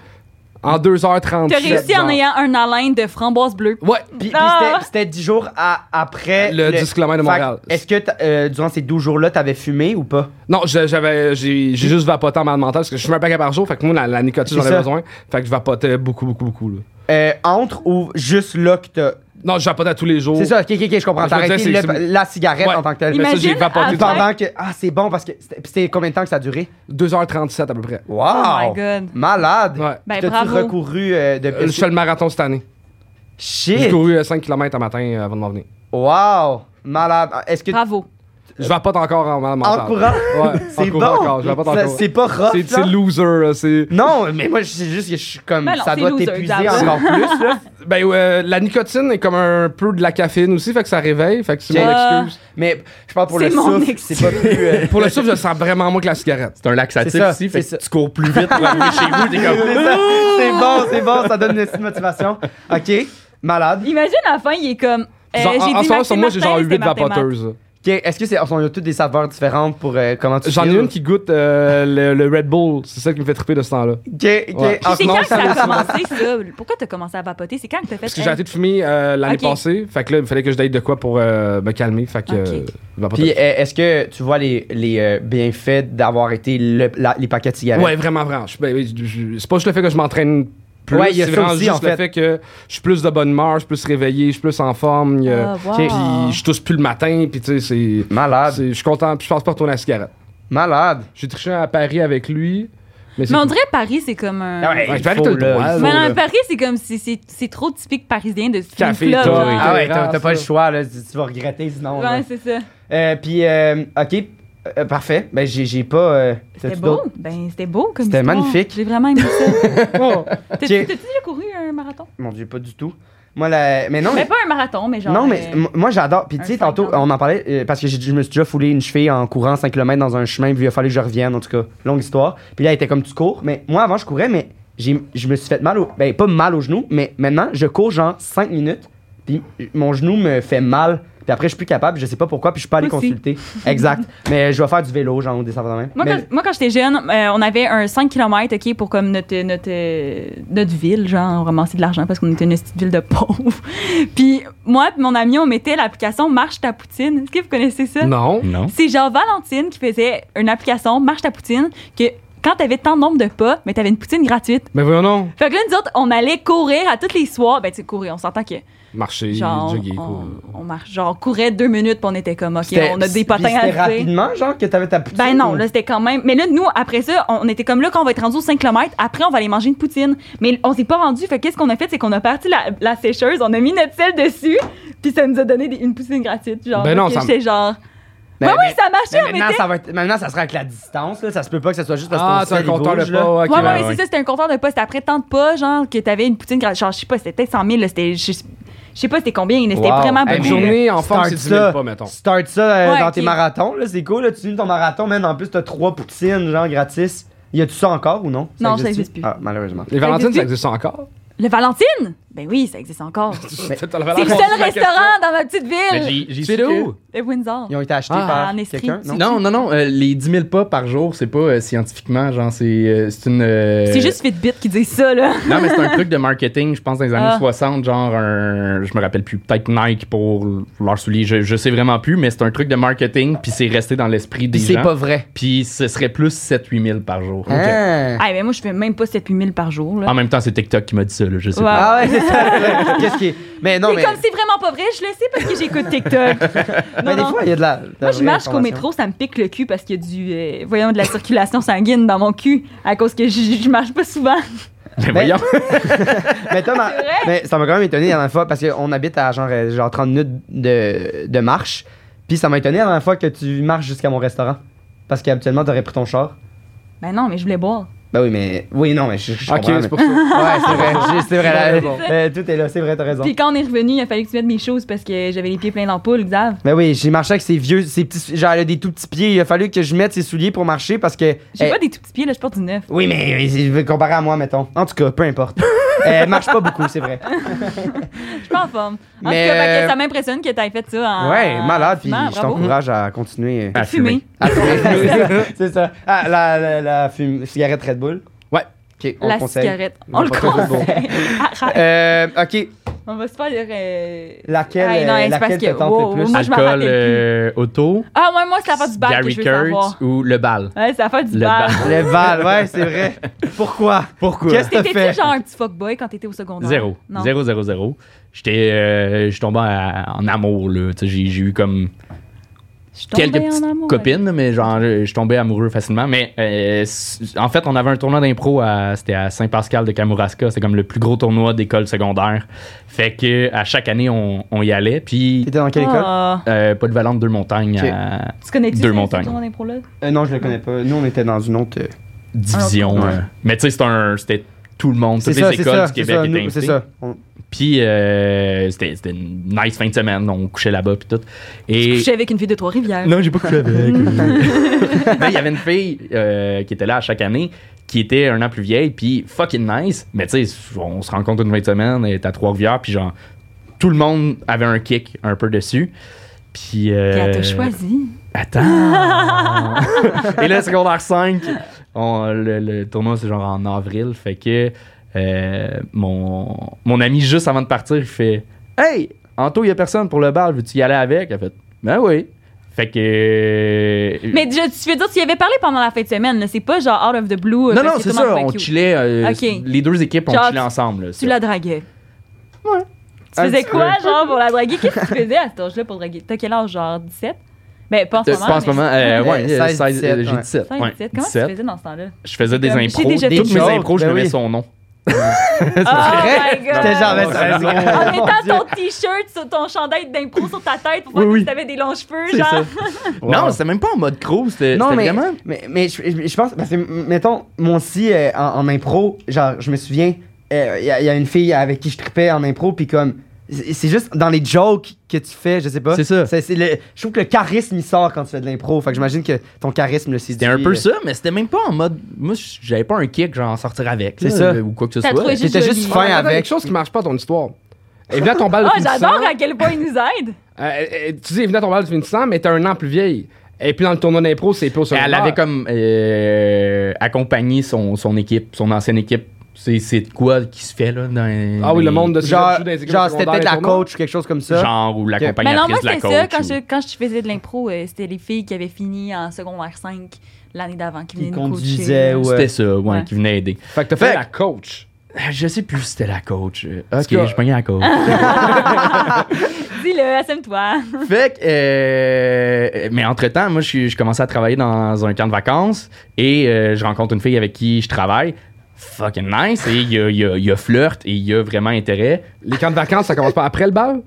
En 2h30.
T'as réussi en ayant un haleine de framboise bleue.
Ouais.
Puis, puis
Ah!
c'était- c'était 10 jours à- après
Le 10 km de
Fait que,
Montréal.
Est-ce que t'as- euh, durant ces 12 jours-là, t'avais fumé ou pas?
Non, je- j'avais, j'ai, j'ai juste vapoté en mal mental parce que je suis un paquet par jour. Fait que moi, la, la nicotine, j'en
C'est
avais
ça.
besoin. Fait que je vapotais beaucoup, beaucoup, beaucoup. là.
Euh, entre ou juste là que t'as.
Non, je vapotais tous les jours.
C'est ça, ok, ok, ok, je comprends.
Je
T'as
veux dire,
arrêté
c'est-
le-
c'est-
la cigarette
Ouais.
en tant que telle.
Mais ça, j'ai
Imagine
vapoté
à
du temps.
vingt-
Pendant que. Ah, c'est bon parce que. c'était- puis C'était combien de temps que ça a duré?
2h37 à peu près.
Wow!
Oh my God.
Malade!
Ouais.
Ben,
T'as-tu
bravo.
recouru euh,
Euh,
depuis.
je fais le marathon cette année. J'ai
Shit!
couru euh, 5 km un matin euh, avant de m'en venir.
Wow! Malade! Ah, Est-ce que.
Bravo.
Je vais pas encore en mal mental.
En courant?
Ouais, en
C'est bon!
courant encore. Je vais pas
Ça,
encore.
C'est pas rough,
C'est c'est
là.
loser. là, c'est-
Non, mais moi, c'est juste que je suis comme.
Ben non,
ça
c'est
doit
loser,
t'épuiser
exact.
encore plus, là.
Ben, ouais, la nicotine est comme un peu de la caféine aussi, fait que ça réveille, fait que c'est mon
Ah.
excuse.
Mais je parle pour
C'est
le
mon
souffle,
excuse.
c'est pas plus. euh,
Pour le souffle, je sens vraiment moins que la cigarette.
C'est un
C'est
laxatif
ça,
aussi, fait
c'est
que
ça.
tu cours plus vite pour arriver chez vous, t'es comme...
c'est ça. C'est bon, c'est bon, ça donne une petite motivation. Ok, malade.
Imagine à la fin, il est comme. euh,
Genre, en-
j'ai dit
en ce moment, sur
Maxime
moi, j'ai
Martin,
genre
c'était
8
Martin
vapoteuses.
Ok, est-ce que c'est, on a toutes des saveurs différentes pour euh, comment tu
J'en ai
feels?
une qui goûte euh, le, le Red Bull, c'est celle qui me fait triper de ce temps-là.
Ok, ok.
Ouais.
en
Martin. C'est
ce moment,
quand que ça a
Ah, ça-
commencé, ça? Pourquoi t'as commencé à vapoter? C'est quand que t'as fait
Parce que
hey,
j'ai arrêté de fumer euh, l'année
Ok.
passée, fait que là, il fallait que je date de quoi pour euh, me calmer, fait que.
Ok.
euh, vapoteuse.
Puis euh, est-ce que tu vois les, les euh, bienfaits d'avoir été le- la- les paquets de cigarettes?
Ouais, vraiment, vraiment. Je- ben, je- je- C'est pas juste le fait que je m'entraîne plus,
Ouais, il y a
c'est
ça
vraiment
aussi,
juste
en
le
fait.
fait que je suis plus de bonne humeur, je suis plus réveillé, je suis plus en forme, il y a-
Ah, wow.
puis je tousse plus le matin, puis tu sais, c'est-
Malade,
c'est- je suis content, puis je pense pas retourner à la cigarette.
malade.
J'ai triché à Paris avec lui, mais c'est
Mais on
tout.
dirait Paris, c'est comme un.
Ah ouais,
Ouais,
il
Paris,
faut,
t'as le
là,
droit,
il
là.
faut,
Mais
là.
non, Paris, c'est comme. c'est- C'est c'est trop typique parisien de
Café,
film club,
toi,
genre.
Ah ouais, t'as, t'as pas le
ça.
choix, là, tu tu vas regretter sinon. là.
Ouais, c'est ça.
Euh, puis, euh, ok, euh, parfait. Ben, j'ai, j'ai pas. euh,
C'était
t'as-tu
beau.
d'autres?
Ben, c'était beau comme
C'était
histoire.
magnifique.
J'ai vraiment aimé ça.
Oh.
T'as-
Ok.
T'as-tu déjà couru un marathon?
Mon dieu, pas du tout. Moi, la... mais non,
Mais
mais.
pas un marathon, mais genre.
non, mais
euh,
m- moi j'adore. Puis tu
un
sais, tantôt,
50.
on en parlait euh, parce que j'ai- je me suis déjà foulé une cheville en courant 5 km dans un chemin, puis il a fallu que je revienne, en tout cas. Longue histoire. Puis là, elle était comme tu cours. Mais moi, avant, je courais, mais j'ai- je me suis fait mal au. Ben, pas mal au genou, mais maintenant, je cours genre 5 minutes, puis mon genou me fait mal. Puis après, je suis plus capable, je sais pas pourquoi, puis je suis pas allé
Moi aussi.
consulter. exact. Mais je vais faire du vélo, genre, ou des affaires de même.
Moi,
Mais-
quand, moi, quand j'étais jeune, euh, on avait un 5 km OK, pour comme notre, notre, euh, notre ville, genre, on ramassait de l'argent parce qu'on était une petite ville de pauvres. puis moi et mon ami, on mettait l'application Marche ta poutine. Est-ce que vous connaissez ça?
Non.
Non.
C'est genre Valentine qui faisait une application Marche ta poutine que quand t'avais tant de nombre de pas, mais t'avais une poutine gratuite.
Mais voyons non.
Fait que là, nous autres, on allait courir à tous les soirs. Ben, tu sais, courir, on s'entend que
Marcher,
genre,
jogger,
on,
cool.
on marche, genre, on courait deux minutes, puis on était comme, OK, on a des
puis
potins à
C'était
faire.
rapidement, genre, que t'avais ta poutine.
Ben non,
ou-
là, c'était quand même. Mais là, nous, après ça, on était comme là, quand on va être rendu aux 5 km, après, on va aller manger une poutine. Mais on s'est pas rendu. Fait que qu'est-ce qu'on a fait? C'est qu'on a parti la, la sécheuse, on a mis notre sel dessus, puis ça nous a donné des- une poutine gratuite. Genre,
Ben non,
parce que
ça-
j'étais genre.
Ben,
Ben, oui,
mais-
ça marchait,
mais
on
maintenant,
était.
ça va être, maintenant, ça sera avec la distance. Là. Ça se peut pas que ça soit juste parce
Ah,
que
c'est un compteur de pas. ok,
ouais, ouais,
ben
mais
ouais.
c'est ça, c'était un compteur de pas. C'était après tant de pas, genre, que t'avais une poutine gratuite. Genre, je sais pas, c'était peut-être 100 000, là, c'était. Je je sais pas, c'était combien, là, c'était
Wow.
vraiment
Hey,
Une
mais-
beaucoup.
journée en forme,
Start
c'est 10 000
ça.
pas, mettons.
Start ça euh,
Ouais,
dans
ok.
tes marathons. Là, c'est cool. Là, tu finis ton marathon, man. En plus, t'as trois poutines, genre, gratis. Y a-tu ça encore ou non?
Non,
existe-tu?
ça existe plus.
Ah, malheureusement.
Les Valentines,
existe-tu?
ça existe encore?
Le Valentine? Ben oui, ça existe encore.
C'est
C'est le seul restaurant dans ma petite ville.
J'ai
C'est de où?
Le Windsor.
Ben, Ils ont été achetés
Ah,
par
en Estrie.
quelqu'un, non?
Non, non, non. euh, les 10 000 pas par jour, c'est pas euh, scientifiquement, genre, c'est euh, c'est une. euh,
C'est juste Fitbit qui dit ça, là.
Non, mais c'est un truc de marketing, je pense, dans les années
Ah.
60, genre un. Je me rappelle plus, peut-être Nike pour leurs souliers, je, je sais vraiment plus, mais c'est un truc de marketing, puis c'est resté dans l'esprit des
Puis c'est
gens.
pas vrai.
Puis ce serait plus 7-8 000 par jour.
Hein?
Ah, ben moi, je fais même pas 7000 par jour, là.
En même temps, c'est TikTok qui m'a dit ça, là, je sais
Ouais.
pas.
Ah ouais, c'est ça. Qu'est-ce qui est. Mais non,
C'est
mais.
comme c'est vraiment pas vrai, je le sais parce que j'écoute TikTok.
mais
Non,
ben, des
non.
fois, il y a de la. de la
Moi, je
vraie
marche qu'au
information.
métro, ça me pique le cul parce qu'il y a du, euh, voyons, de la circulation sanguine dans mon cul à cause que je, je marche pas souvent.
Mais voyons.
Mais Tom,
C'est vrai?
mais ça m'a quand même étonné la dernière fois parce qu'on habite à genre, euh, genre 30 minutes de, de marche. Puis ça m'a étonné la dernière fois que tu marches jusqu'à mon restaurant. Parce qu'habituellement, t'aurais pris ton char.
Ben non, mais je voulais boire.
Ben oui, mais. Oui, non, mais je, je
Ok,
comprends, mais-
c'est pour ça.
Ouais, c'est vrai. j'ai- C'est vrai.
T'as
la-
raison.
euh, tout est là, c'est vrai, t'as raison.
Puis quand on est revenu, il a fallu que tu mettes mes choses parce que j'avais les pieds pleins d'ampoules, Xav.
Mais oui, j'ai marché avec ces vieux, ces petits. Genre, elle a des tout petits pieds. Il a fallu que je mette ses souliers pour marcher parce que.
J'ai
eh,
pas des tout petits pieds, là, je porte du neuf.
Oui, mais mais je veux comparer à moi, mettons. En tout cas, peu importe. Elle marche pas beaucoup, c'est vrai.
Je suis pas en forme. En
Mais,
tout cas, fait que
euh,
ça m'impressionne que t'aies fait ça en.
Ouais, malade, puis
Non,
je
Ah, bravo.
t'encourage à continuer.
À
Fumé.
Ah, c'est- c'est ça. Ah, la, la, la fume- cigarette Red Bull.
Ouais.
Ok, on
La
le conseille.
cigarette.
On
On le
le conseille.
conseille. Arrête.
Euh, ok,
On va se faire dire. euh,
laquelle,
Hey, non,
euh,
c'est parce
laquelle te
que-
tente
wow,
le plus?
moi, je m'en
Alcool,
rappelle
euh, auto,
Ah, moi, moi, c'est la part du bal que
Gary
je veux savoir.
Kurtz ou le bal.
Ouais, c'est la part du
Le
bal.
bal.
Le Val, ouais, c'est vrai. Pourquoi?
Pourquoi?
Qu'est-ce que t'as
T'étais-tu
fait?
genre un petit fuckboy quand t'étais au secondaire?
Zéro.
Non.
Zéro, zéro, zéro. J'étais. euh, je suis tombé à- en amour, là. Tu sais, J'ai j'ai eu comme
Je suis
quelques
tombée en
petites
amour, ouais.
copines, mais genre, je, je tombais amoureux facilement. Mais euh, s- en fait, on avait un tournoi d'impro, à- c'était à Saint-Pascal de Kamouraska. C'est comme le plus gros tournoi d'école secondaire. Fait que à chaque année, on, on y allait. Puis,
T'étais dans quelle école?
Ah.
euh, pas de Valente, deux montagnes
Ok.
à
Tu connais-tu
Deux
ça,
montagnes.
ce tournoi d'impro-là?
Euh, non, je le connais pas. Nous, on était dans une autre. euh,
division.
Ah, ok.
euh. Mais tu sais, c'est un- c'était tout le monde,
C'est
toutes
ça,
les
c'est
écoles
ça.
du
C'est
Québec
ça.
étaient
nous, c'est
invitées.
ça. On-
Puis euh, c'était c'était une nice fin de semaine. On couchait là-bas, puis tout.
Je
Et.
couchais avec une fille de Trois-Rivières.
Non, j'ai pas couché avec. Mais Ben, il y avait une fille euh, qui était là à chaque année, qui était un an plus vieille, puis fucking nice. Mais tu sais, on se rencontre une fin de semaine, elle est à Trois-Rivières, puis genre, tout le monde avait un kick un peu dessus. Puis. euh,
Puis elle t'a choisi.
Attends! Et là, secondaire 5, on- le, le tournoi, c'est genre en avril. Fait que euh, mon, mon ami, juste avant de partir, il fait Hey, Anto, il n'y a personne pour le bal, veux-tu y aller avec? Elle fait Ben oui. Fait euh, que.
Mais je, tu veux dire, tu y avais parlé pendant la fin de semaine, là. C'est pas genre out of the blue. euh,
non,
parce
non,
que
c'est
tout le monde
ça,
trouvait
on
cute.
chillait. euh,
Ok.
Les deux équipes,
Genre,
on chillait ensemble. là,
Tu
ça.
la draguais.
Ouais.
Tu
Un
faisais
petit
quoi, genre, pour la draguer? Qu'est-ce que tu faisais à cet âge-là pour draguer? T'as quel âge, genre 17? Ben, pas en ce
Euh,
moment.
pas en ce
mais-
moment, euh, ouais,
Euh,
euh,
16,
16, euh,
17,
j'ai
ouais.
17.
5,
ouais,
17. Comment tu
17.
faisais dans ce temps-là?
Je faisais des
Comme, j'ai
impros.
déjà fait
Toutes mes
ça.
impros, je
Ben
mettais
oui.
son nom.
Oh my god!
C'était genre, ben, ça-
Oh,
En
Mon Dieu.
mettant ton t-shirt, sur ton chandail d'impro sur ta tête pour voir si
Oui, oui.
t'avais des longs cheveux,
C'est
genre.
ça.
Non,
Wow.
c'était même pas en mode crew, c'était
Non,
c'était
mais,
vraiment.
mais, mais je, je- je pense, parce que, m- mettons, mon si euh, en, en impro, genre, je me souviens, il y, a- y a une fille avec qui je tripais en impro, puis comme, c'est c'est juste dans les jokes que tu fais, je sais pas.
C'est ça.
c'est le- je trouve que le charisme, il sort quand tu fais de l'impro. Fait que j'imagine que ton charisme, le euh,
C'était
euh,
un peu ça, mais c'était même pas en mode. Moi, j'avais pas un kick, genre en sortir avec.
C'est
là,
ça.
Ou quoi que ce
T'as
soit.
trouvé
J'étais juste
joli.
fin
Il y a
avec.
quelque chose qui marche pas dans ton histoire. Et venait à ton bal de
Ah,
finissant.
j'adore à quel point il nous aide.
Euh, euh, tu dis, elle venait à ton bal de finissant, mais t'es un an plus vieille. Et puis dans le tournoi d'impro, c'est plus sur le
Elle
bord.
avait comme euh, accompagné son, son équipe, son ancienne équipe. C'est c'est de quoi qui se fait, là, dans.
Ah oui, le monde de
Genre,
joue dans les équipes
genre c'était
secondaires,
peut-être la
les tournois.
coach ou quelque chose comme ça.
Genre, ou
Mais non,
l'accompagnatrice
moi,
de la
Ben, c'était
coach.
ça. Quand, je,
ou-
quand je faisais de l'impro, euh, c'était les filles qui avaient fini en secondaire 5 l'année d'avant,
Qui
qui venaient nous
conduisait
coacher.
ou-
C'était ça, ouais,
Ouais.
qui venait aider.
Fait que t'as fait
Fait-
la coach.
Ah, Je sais plus si c'était la coach. Euh, Ok,
que-
je pognais la coach.
Dis-le, assume-toi.
Fait que, euh, mais entre-temps, moi, je, suis- je commençais à travailler dans un camp de vacances et euh, je rencontre une fille avec qui je travaille. Fucking nice. Et il y a, il y a- il y a flirt et il y a vraiment intérêt.
Les camps de vacances, ça commence pas après le bal?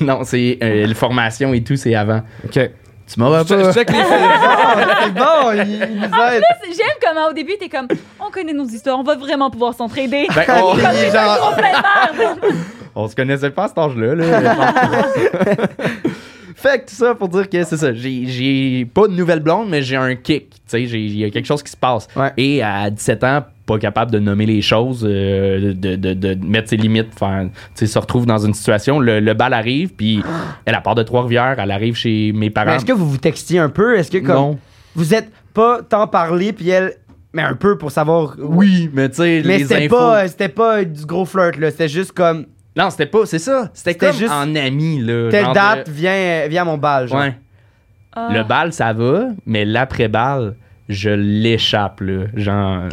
non, c'est euh, la formation et tout, c'est avant.
OK.
Tu m'en vas pas.
Ah, que les filles.
C'est bon, il, il nous aide.
Là, c'est- J'aime comment au début, t'es comme, on connaît nos histoires, on va vraiment pouvoir s'entraider.
Ben, on,
Il est genre-
Complètement.
on se connaissait pas à cet âge-là. là. Fait que tout ça pour dire que c'est ça. J'ai, j'ai pas de nouvelle blonde, mais j'ai un kick. Tu sais, j'ai- il y a quelque chose qui se passe.
Ouais.
Et à 17 ans, pas capable de nommer les choses, euh, de, de- de mettre ses limites, faire- tu sais, se retrouve dans une situation. Le, le bal arrive, puis elle, à part de Trois-Rivières, elle arrive chez mes
Mais
parents.
est-ce que vous vous textiez un peu? Est-ce que comme.
Non.
Vous êtes pas tant parlé, puis elle. Mais un peu pour savoir.
Oui, mais tu sais,
Mais
les
c'était
infos.
pas, euh, c'était pas euh, du gros flirt, là. C'était juste comme.
Non, c'était pas, c'est ça. C'était,
C'était
comme
juste-
en ami, là.
Telle
genre de-
date, viens, viens à mon bal, genre.
Ouais.
Ah.
Le bal, ça va, mais l'après-bal, je l'échappe, là. Genre, euh,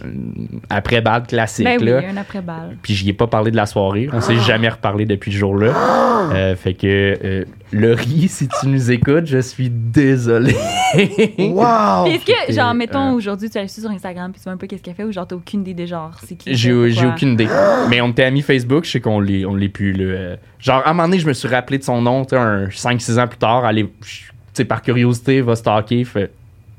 après-bal classique,
Ben oui, Ah.
là.
un après-balle.
Puis j'y ai pas parlé de la soirée. On s'est jamais reparlé depuis ce jour-là.
Ah.
Euh, fait que, euh, Laurie, si tu nous écoutes, je suis désolé.
Wow!
Puis est-ce que,
puis,
genre,
euh,
mettons,
euh,
aujourd'hui, tu as su sur Instagram, puis tu vois un peu qu'est-ce qu'elle fait, ou genre, t'as aucune idée de genre, c'est qui.
J'ai
c'est
j'ai
quoi?
aucune idée. Mais on était amis Facebook, je sais qu'on l'est, on l'est plus. là. Euh, Genre, à un moment donné, je me suis rappelé de son nom, tu sais, un 5-6 ans plus tard, allez, tu sais, par curiosité, va stalker. Fait,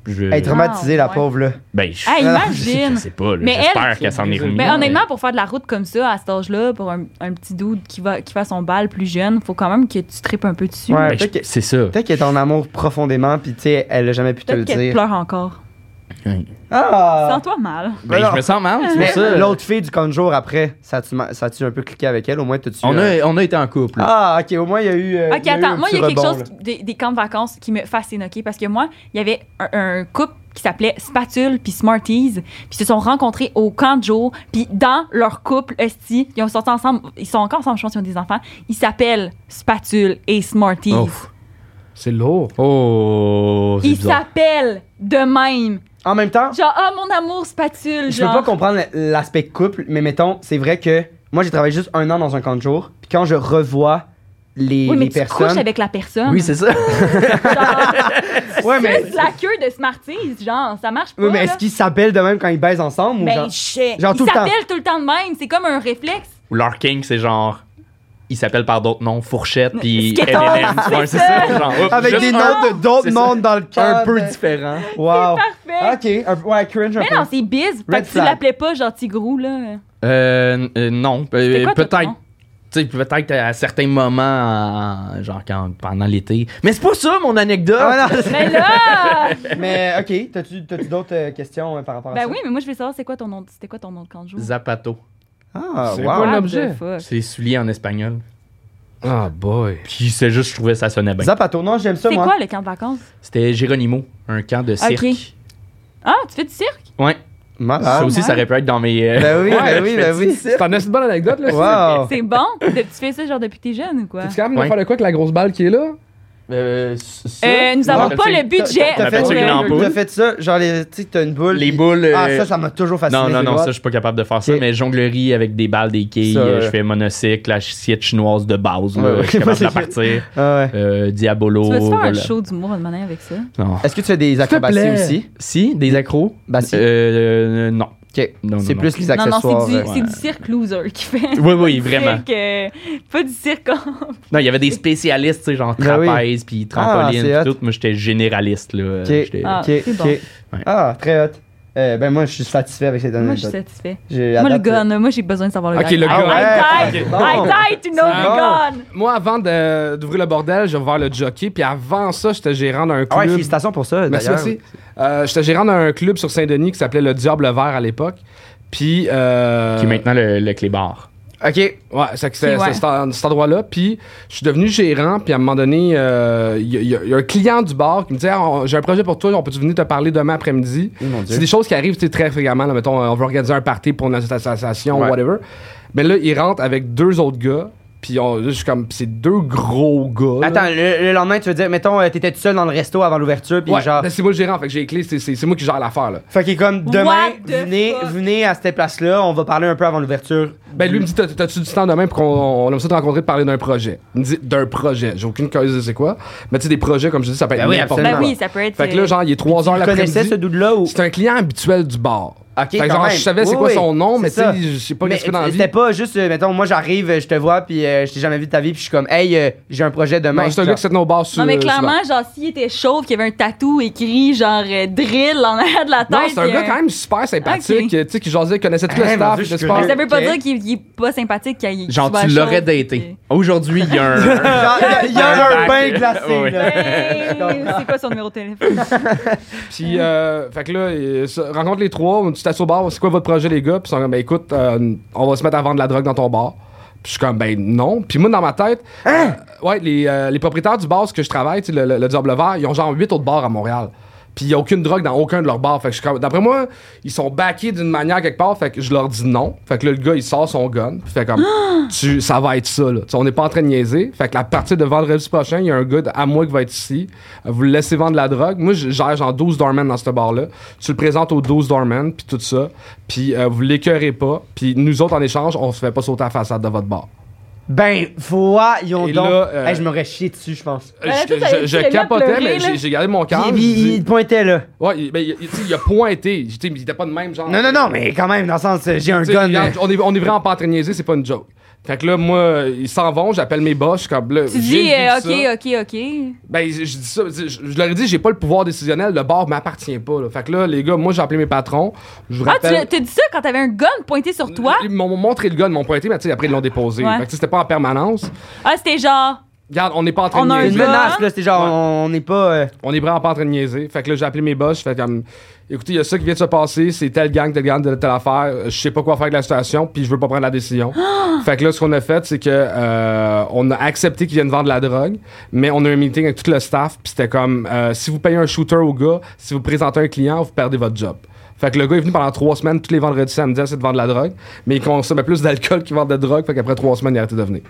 je,
Elle est traumatisée,
Ah,
la
ouais.
pauvre, là.
ben, je,
Ah,
je,
imagine!
sais pas, là,
Mais
j'espère
elle-
qu'elle s'en est remise.
Mais
là,
honnêtement, pour faire de la route comme ça, à cet âge-là, pour un, un petit dude qui va qui fait son bal plus jeune, faut quand même que tu tripes un peu dessus.
Ouais.
mais- mais
peut-être
je-
que-
c'est ça.
Peut-être qu'elle est en amour profondément, puis tu sais, elle a jamais pu te le
Peut-être qu'elle
dire.
pleure encore.
Ah!
Sens-toi mal.
Ben,
Alors-
je me sens mal, c'est pour
Mais
ça.
l'autre fille du conjour après, ça a-tu ma- ça a-tu un peu cliqué avec elle? Au moins, t'as-tu.
On
euh,
a, on a été en couple.
Ah, ok, au moins, il y a eu. euh,
Ok,
il y a eu un
attends, moi, il y a
petit
quelque
rebond,
chose,
là.
qui- des, des camps de vacances qui me fascine, ok? Parce que moi, il y avait un, un couple qui s'appelait Spatule puis Smarties, puis ils se sont rencontrés au camp de jour, puis dans leur couple, esti, ils ont sorti ensemble, ils sont encore ensemble, je pense qu'ils ont des enfants, ils s'appellent Spatule et Smarties.
Oh.
C'est lourd.
Oh, c'est
ils
bizarre.
s'appellent de même.
En même temps,
Genre, ah, mon amour, Spatule,
je peux
genre.
pas comprendre l'aspect couple, mais mettons, c'est vrai que moi, j'ai travaillé juste un an dans un conjour, puis quand je revois les,
oui, mais
les
tu couches
personnes.
avec la personne.
Oui, c'est ça.
Genre,
Ouais, mais.
suce la queue de Smarties, genre, ça marche pas.
Oui, mais
là.
est-ce qu'ils s'appellent de même quand ils baisent ensemble ou
Ben,
genre...
je sais.
genre tout
ils
le temps.
s'appellent tout le temps de même, c'est comme un réflexe.
Ou leur king, c'est genre. Ils s'appellent par d'autres noms, Fourchette, puis
Skittles,
M&M.
c'est
Ouais, C'est
ça.
ça. genre, oups,
Avec
juste
des
un-
noms de euh. d'autres
C'est ça.
mondes dans le cadre.
un peu différent.
Wow.
Parfait.
Ok, un peu- ouais, cringe Oh. Ah, un
Mais
peu.
non, c'est biz. Fait
Red
que tu
flag.
l'appelais pas genre Tigrou, là.
Euh, euh, non,
C'était
Euh,
quoi, toi, ton
peut-être.
nom?
Tu sais, peut-être à certains moments, euh, genre quand, pendant l'été. Mais c'est pas ça mon anecdote.
Ah, non,
Mais là!
mais ok, t'as-tu t'as-tu d'autres euh, questions euh, par rapport à
ben
Ah, ça?
oui, mais moi, je vais savoir c'est quoi ton nom, de- c'était quoi ton nom de camp de jour?
Zapato.
Ah,
C'est
wow.
pas- un
What
objet.
the fuck?
C'est soulié en espagnol.
Ah boy.
Puis c'est juste, je trouvais ça sonnait bien.
Zapato, non, j'aime ça,
Ben- C'est
moi.
quoi le camp de vacances?
C'était Geronimo, un camp de cirque.
Ah, tu fais du cirque?
Ouais.
Malade.
ça aussi,
ouais.
ça aurait pu être dans mes. euh,
Ah, Ben oui, ben
Ouais,
oui, ben oui.
C'est une assez bonne anecdote, là.
Wow.
C'est bon? De- tu fais ça genre depuis que t'es jeune ou quoi?
T'es capable de
Ouais.
faire de quoi avec la grosse balle qui est là?
euh, ça?
Euh, nous
On
avons
appelle
pas
ça-
le budget.
On
Ah, T'as
appelle
fait,
pour,
ça une
euh,
lampe. ampoule.
t'as fait ça, genre, les- tu sais, t'as une boule.
Les
puis-
boules.
Ah,
euh,
ça, ça m'a toujours fasciné.
Non, non,
les
non,
boîtes.
ça, je suis pas capable de faire ça,
Ok.
mais jonglerie avec des balles, des quilles,
Ça,
euh, je
euh,
fais monocycle, l'assiette chinoise de base, là,
Ouais, ouais.
je suis capable de la partir.
Ah, ouais.
Euh, Diabolo.
Tu vas faire un
voilà.
show d'humour de manière avec ça?
Non.
Est-ce que tu fais des acrobaties
plaît.
aussi?
Si, des accros?
Bah, si.
Euh, euh, non.
Ok.
Non, non,
C'est
non.
plus les
Non, non,
accessoires.
c'est du,
euh,
c'est du cirque loser qui fait.
Oui, oui, vraiment.
Cirque, euh, pas du cirque.
Non, il y avait des spécialistes, tu sais, genre
Ben oui.
trapèze, puis
Ah,
trampoline,
c'est
puis tout. Moi, j'étais généraliste, là.
Ok,
J'étais-
Ah,
ok,
c'est bon.
ok.
Ouais.
Ah, très hot. Euh, ben moi, je suis satisfait avec cette
Moi, je suis
anecdote.
satisfait.
J'ai- à
Moi, le
date, euh,
gun. Moi, j'ai besoin de savoir le
Ok,
gun.
le gun.
I died.
Ah, ouais, ok.
I died to know
Bon.
the gun.
Moi, avant de- d'ouvrir le bordel, j'ai ouvert le jockey, puis avant ça, j'étais gérant d'un
Ah
club.
ouais, félicitations pour ça.
Merci,
d'ailleurs.
merci. Euh, j'étais gérant d'un club sur Saint-Denis qui s'appelait le Diable Vert à l'époque. Puis. euh,
Qui est maintenant le, le clébar.
OK. Ouais, c'est que c'est
Ok, ouais.
c'est cet en- cet endroit-là. Puis, je suis devenu gérant. Puis, à un moment donné, euh, il y, a- il y a- il y a un client du bar qui me dit Ah, on- J'ai un projet pour toi, on peut-tu venir te parler demain après-midi
Oh, mon Dieu.
C'est des choses qui arrivent tu sais, très fréquemment. là. mettons, euh, on veut organiser un party pour notre association,
Ouais.
whatever. Mais là, il rentre avec deux autres gars. Puis, on- là, je suis comme C'est deux gros gars. là.
Attends, le, le lendemain, tu veux dire, mettons, euh, t'étais tout seul dans le resto avant l'ouverture, puis
Ouais,
genre.
ben, c'est moi le gérant, fait que j'ai les clés, c'est- c'est c'est moi qui gère l'affaire. là.
Fait qu'il est comme demain,
What the
venez,
fuck?
venez à cette place-là, on va parler un peu avant l'ouverture.
Ben lui me dit T'as- T'as-tu du temps demain pour qu'on on aime ça te rencontrer de parler d'un projet Il me dit D'un projet. J'ai aucune cause de c'est quoi. Mais tu sais, des projets, comme je dis, ça peut être
Ben oui,
n'importe
absolument.
Ben
quoi.
oui, ça peut être.
Fait que là, genre, il est 3
Tu
h
le connaissais ce
l'après-midi.
dude-là ou.
C'est un client habituel du bar.
Ok,
Fait que
quand
genre,
même.
je savais c'est
Oui,
quoi
oui,
son nom,
c'est
mais tu
ça.
sais, je sais pas
Mais
qu'est-ce que dans la vie.
C'était pas juste, euh, mettons, moi j'arrive, euh, je te vois, puis euh, je t'ai jamais vu de ta vie, puis je suis comme, hey, euh, j'ai un projet demain.
Non, c'est un
Genre,
gars qui s'est tenu au bar sur.
Non, mais
sur la-
clairement, genre, s'il était chauve, qu'il avait un tatou écrit, genre, euh, drill en arrière de la tête.
Non, c'est un
puis
gars quand même super sympathique,
Ok.
tu sais, qui jasait, connaissait tout le
Eh, mon
staff,
Dieu, je
le
suis
sport.
Mais ça veut pas
Ok.
dire qu'il qu'il est pas sympathique. qu'il- qu'il
Genre,
soit
tu l'aurais
chauve,
daté. Aujourd'hui, il y a un.
genre, Il y a un bain
Oui, oui.
glacé,
puis-
là.
Hey, c'est quoi son numéro de téléphone?
Puis, euh, fait que là, euh, ça- rencontre les trois, tu t'assois au bar, c'est quoi votre projet, les gars? Puis, ils sont comme, ben écoute, euh, on va se mettre à vendre de la drogue dans ton bar. Puis, je suis comme, ben non. Puis, moi, dans ma tête, euh, ouais, les, euh, les propriétaires du bar, ce que je travaille, tu sais, le, le, le Diable Vert, ils ont genre 8 autres bars à Montréal. Puis, il n'y a aucune drogue dans aucun de leurs bars. Fait que je suis comme, d'après moi, ils sont backés d'une manière quelque part. Fait que je leur dis non. Fait que là, le gars, il sort son gun. Puis, fait comme, tu, ça va être ça, là. Tu sais, on n'est pas en train de niaiser. Fait que la partir de vendredi prochain, il y a un gars de- à moi qui va être ici. Euh, Vous le laissez vendre de la drogue. Moi, je gère genre 12 doormen dans ce bar-là. Tu le présentes aux 12 doormen, puis tout ça. Puis euh, vous l'écœurez pas. Puis nous autres, en échange, on se fait pas sauter la façade de votre bar.
Ben, voyons
Et
donc.
là, euh,
Hey, je m'aurais chié dessus, je pense.
Euh,
Ouais,
je
tu sais,
je-
tu
je
l'as mis à
capotais,
pleurer, là.
mais j'ai j'ai gardé mon calme.
il, il-
J'ai dit-
il pointait, là.
Ouais, il- ben, il, il- tu sais, il a pointé. Tu sais, mais Il était pas de même genre.
Non, non, non, mais quand même, dans le sens, euh, j'ai un
Tu sais,
gun. euh,
regarde, on, est, on est vraiment pas en train de niaiser, c'est pas une joke. Fait que là, moi, ils s'en vont, j'appelle mes boss, je suis comme là.
Tu
j'ai
dis,
vécu
euh,
ça.
OK, OK, OK.
Ben, je, je dis ça, je, je leur ai dit, j'ai pas le pouvoir décisionnel, le bar m'appartient pas. Là. Fait que là, les gars, moi, j'ai appelé mes patrons. Je vous
Ah, tu
rappelle.
l'as- t'as dit ça quand t'avais un gun pointé sur toi?
Ils m'ont montré le gun, ils m'ont pointé, mais tu sais, après, ils l'ont déposé.
Ouais.
Fait que tu sais, c'était pas en permanence.
Ah, c'était genre.
Regarde, on n'est pas en train
On
de
a un
niaiser.
une
gars.
menace, là, c'est genre,
Ouais.
on n'est pas. euh,
On est vraiment pas en train de niaiser. Fait que là, j'ai appelé mes boss, je fais comme. Écoutez, il y a ça qui vient de se passer, c'est telle gang, telle gang, telle, telle affaire, je sais pas quoi faire avec la situation, puis je veux pas prendre la décision. fait que là, ce qu'on a fait, c'est que euh, on a accepté qu'ils viennent vendre de la drogue, mais on a eu un meeting avec tout le staff, puis c'était comme euh, si vous payez un shooter au gars, si vous présentez un client, vous perdez votre job. Fait que le gars est venu pendant trois semaines, tous les vendredis, samedi, c'est de vendre de la drogue, mais il consommait plus d'alcool qu'il vendait de drogue, fait qu'après trois semaines, il a arrêté de venir.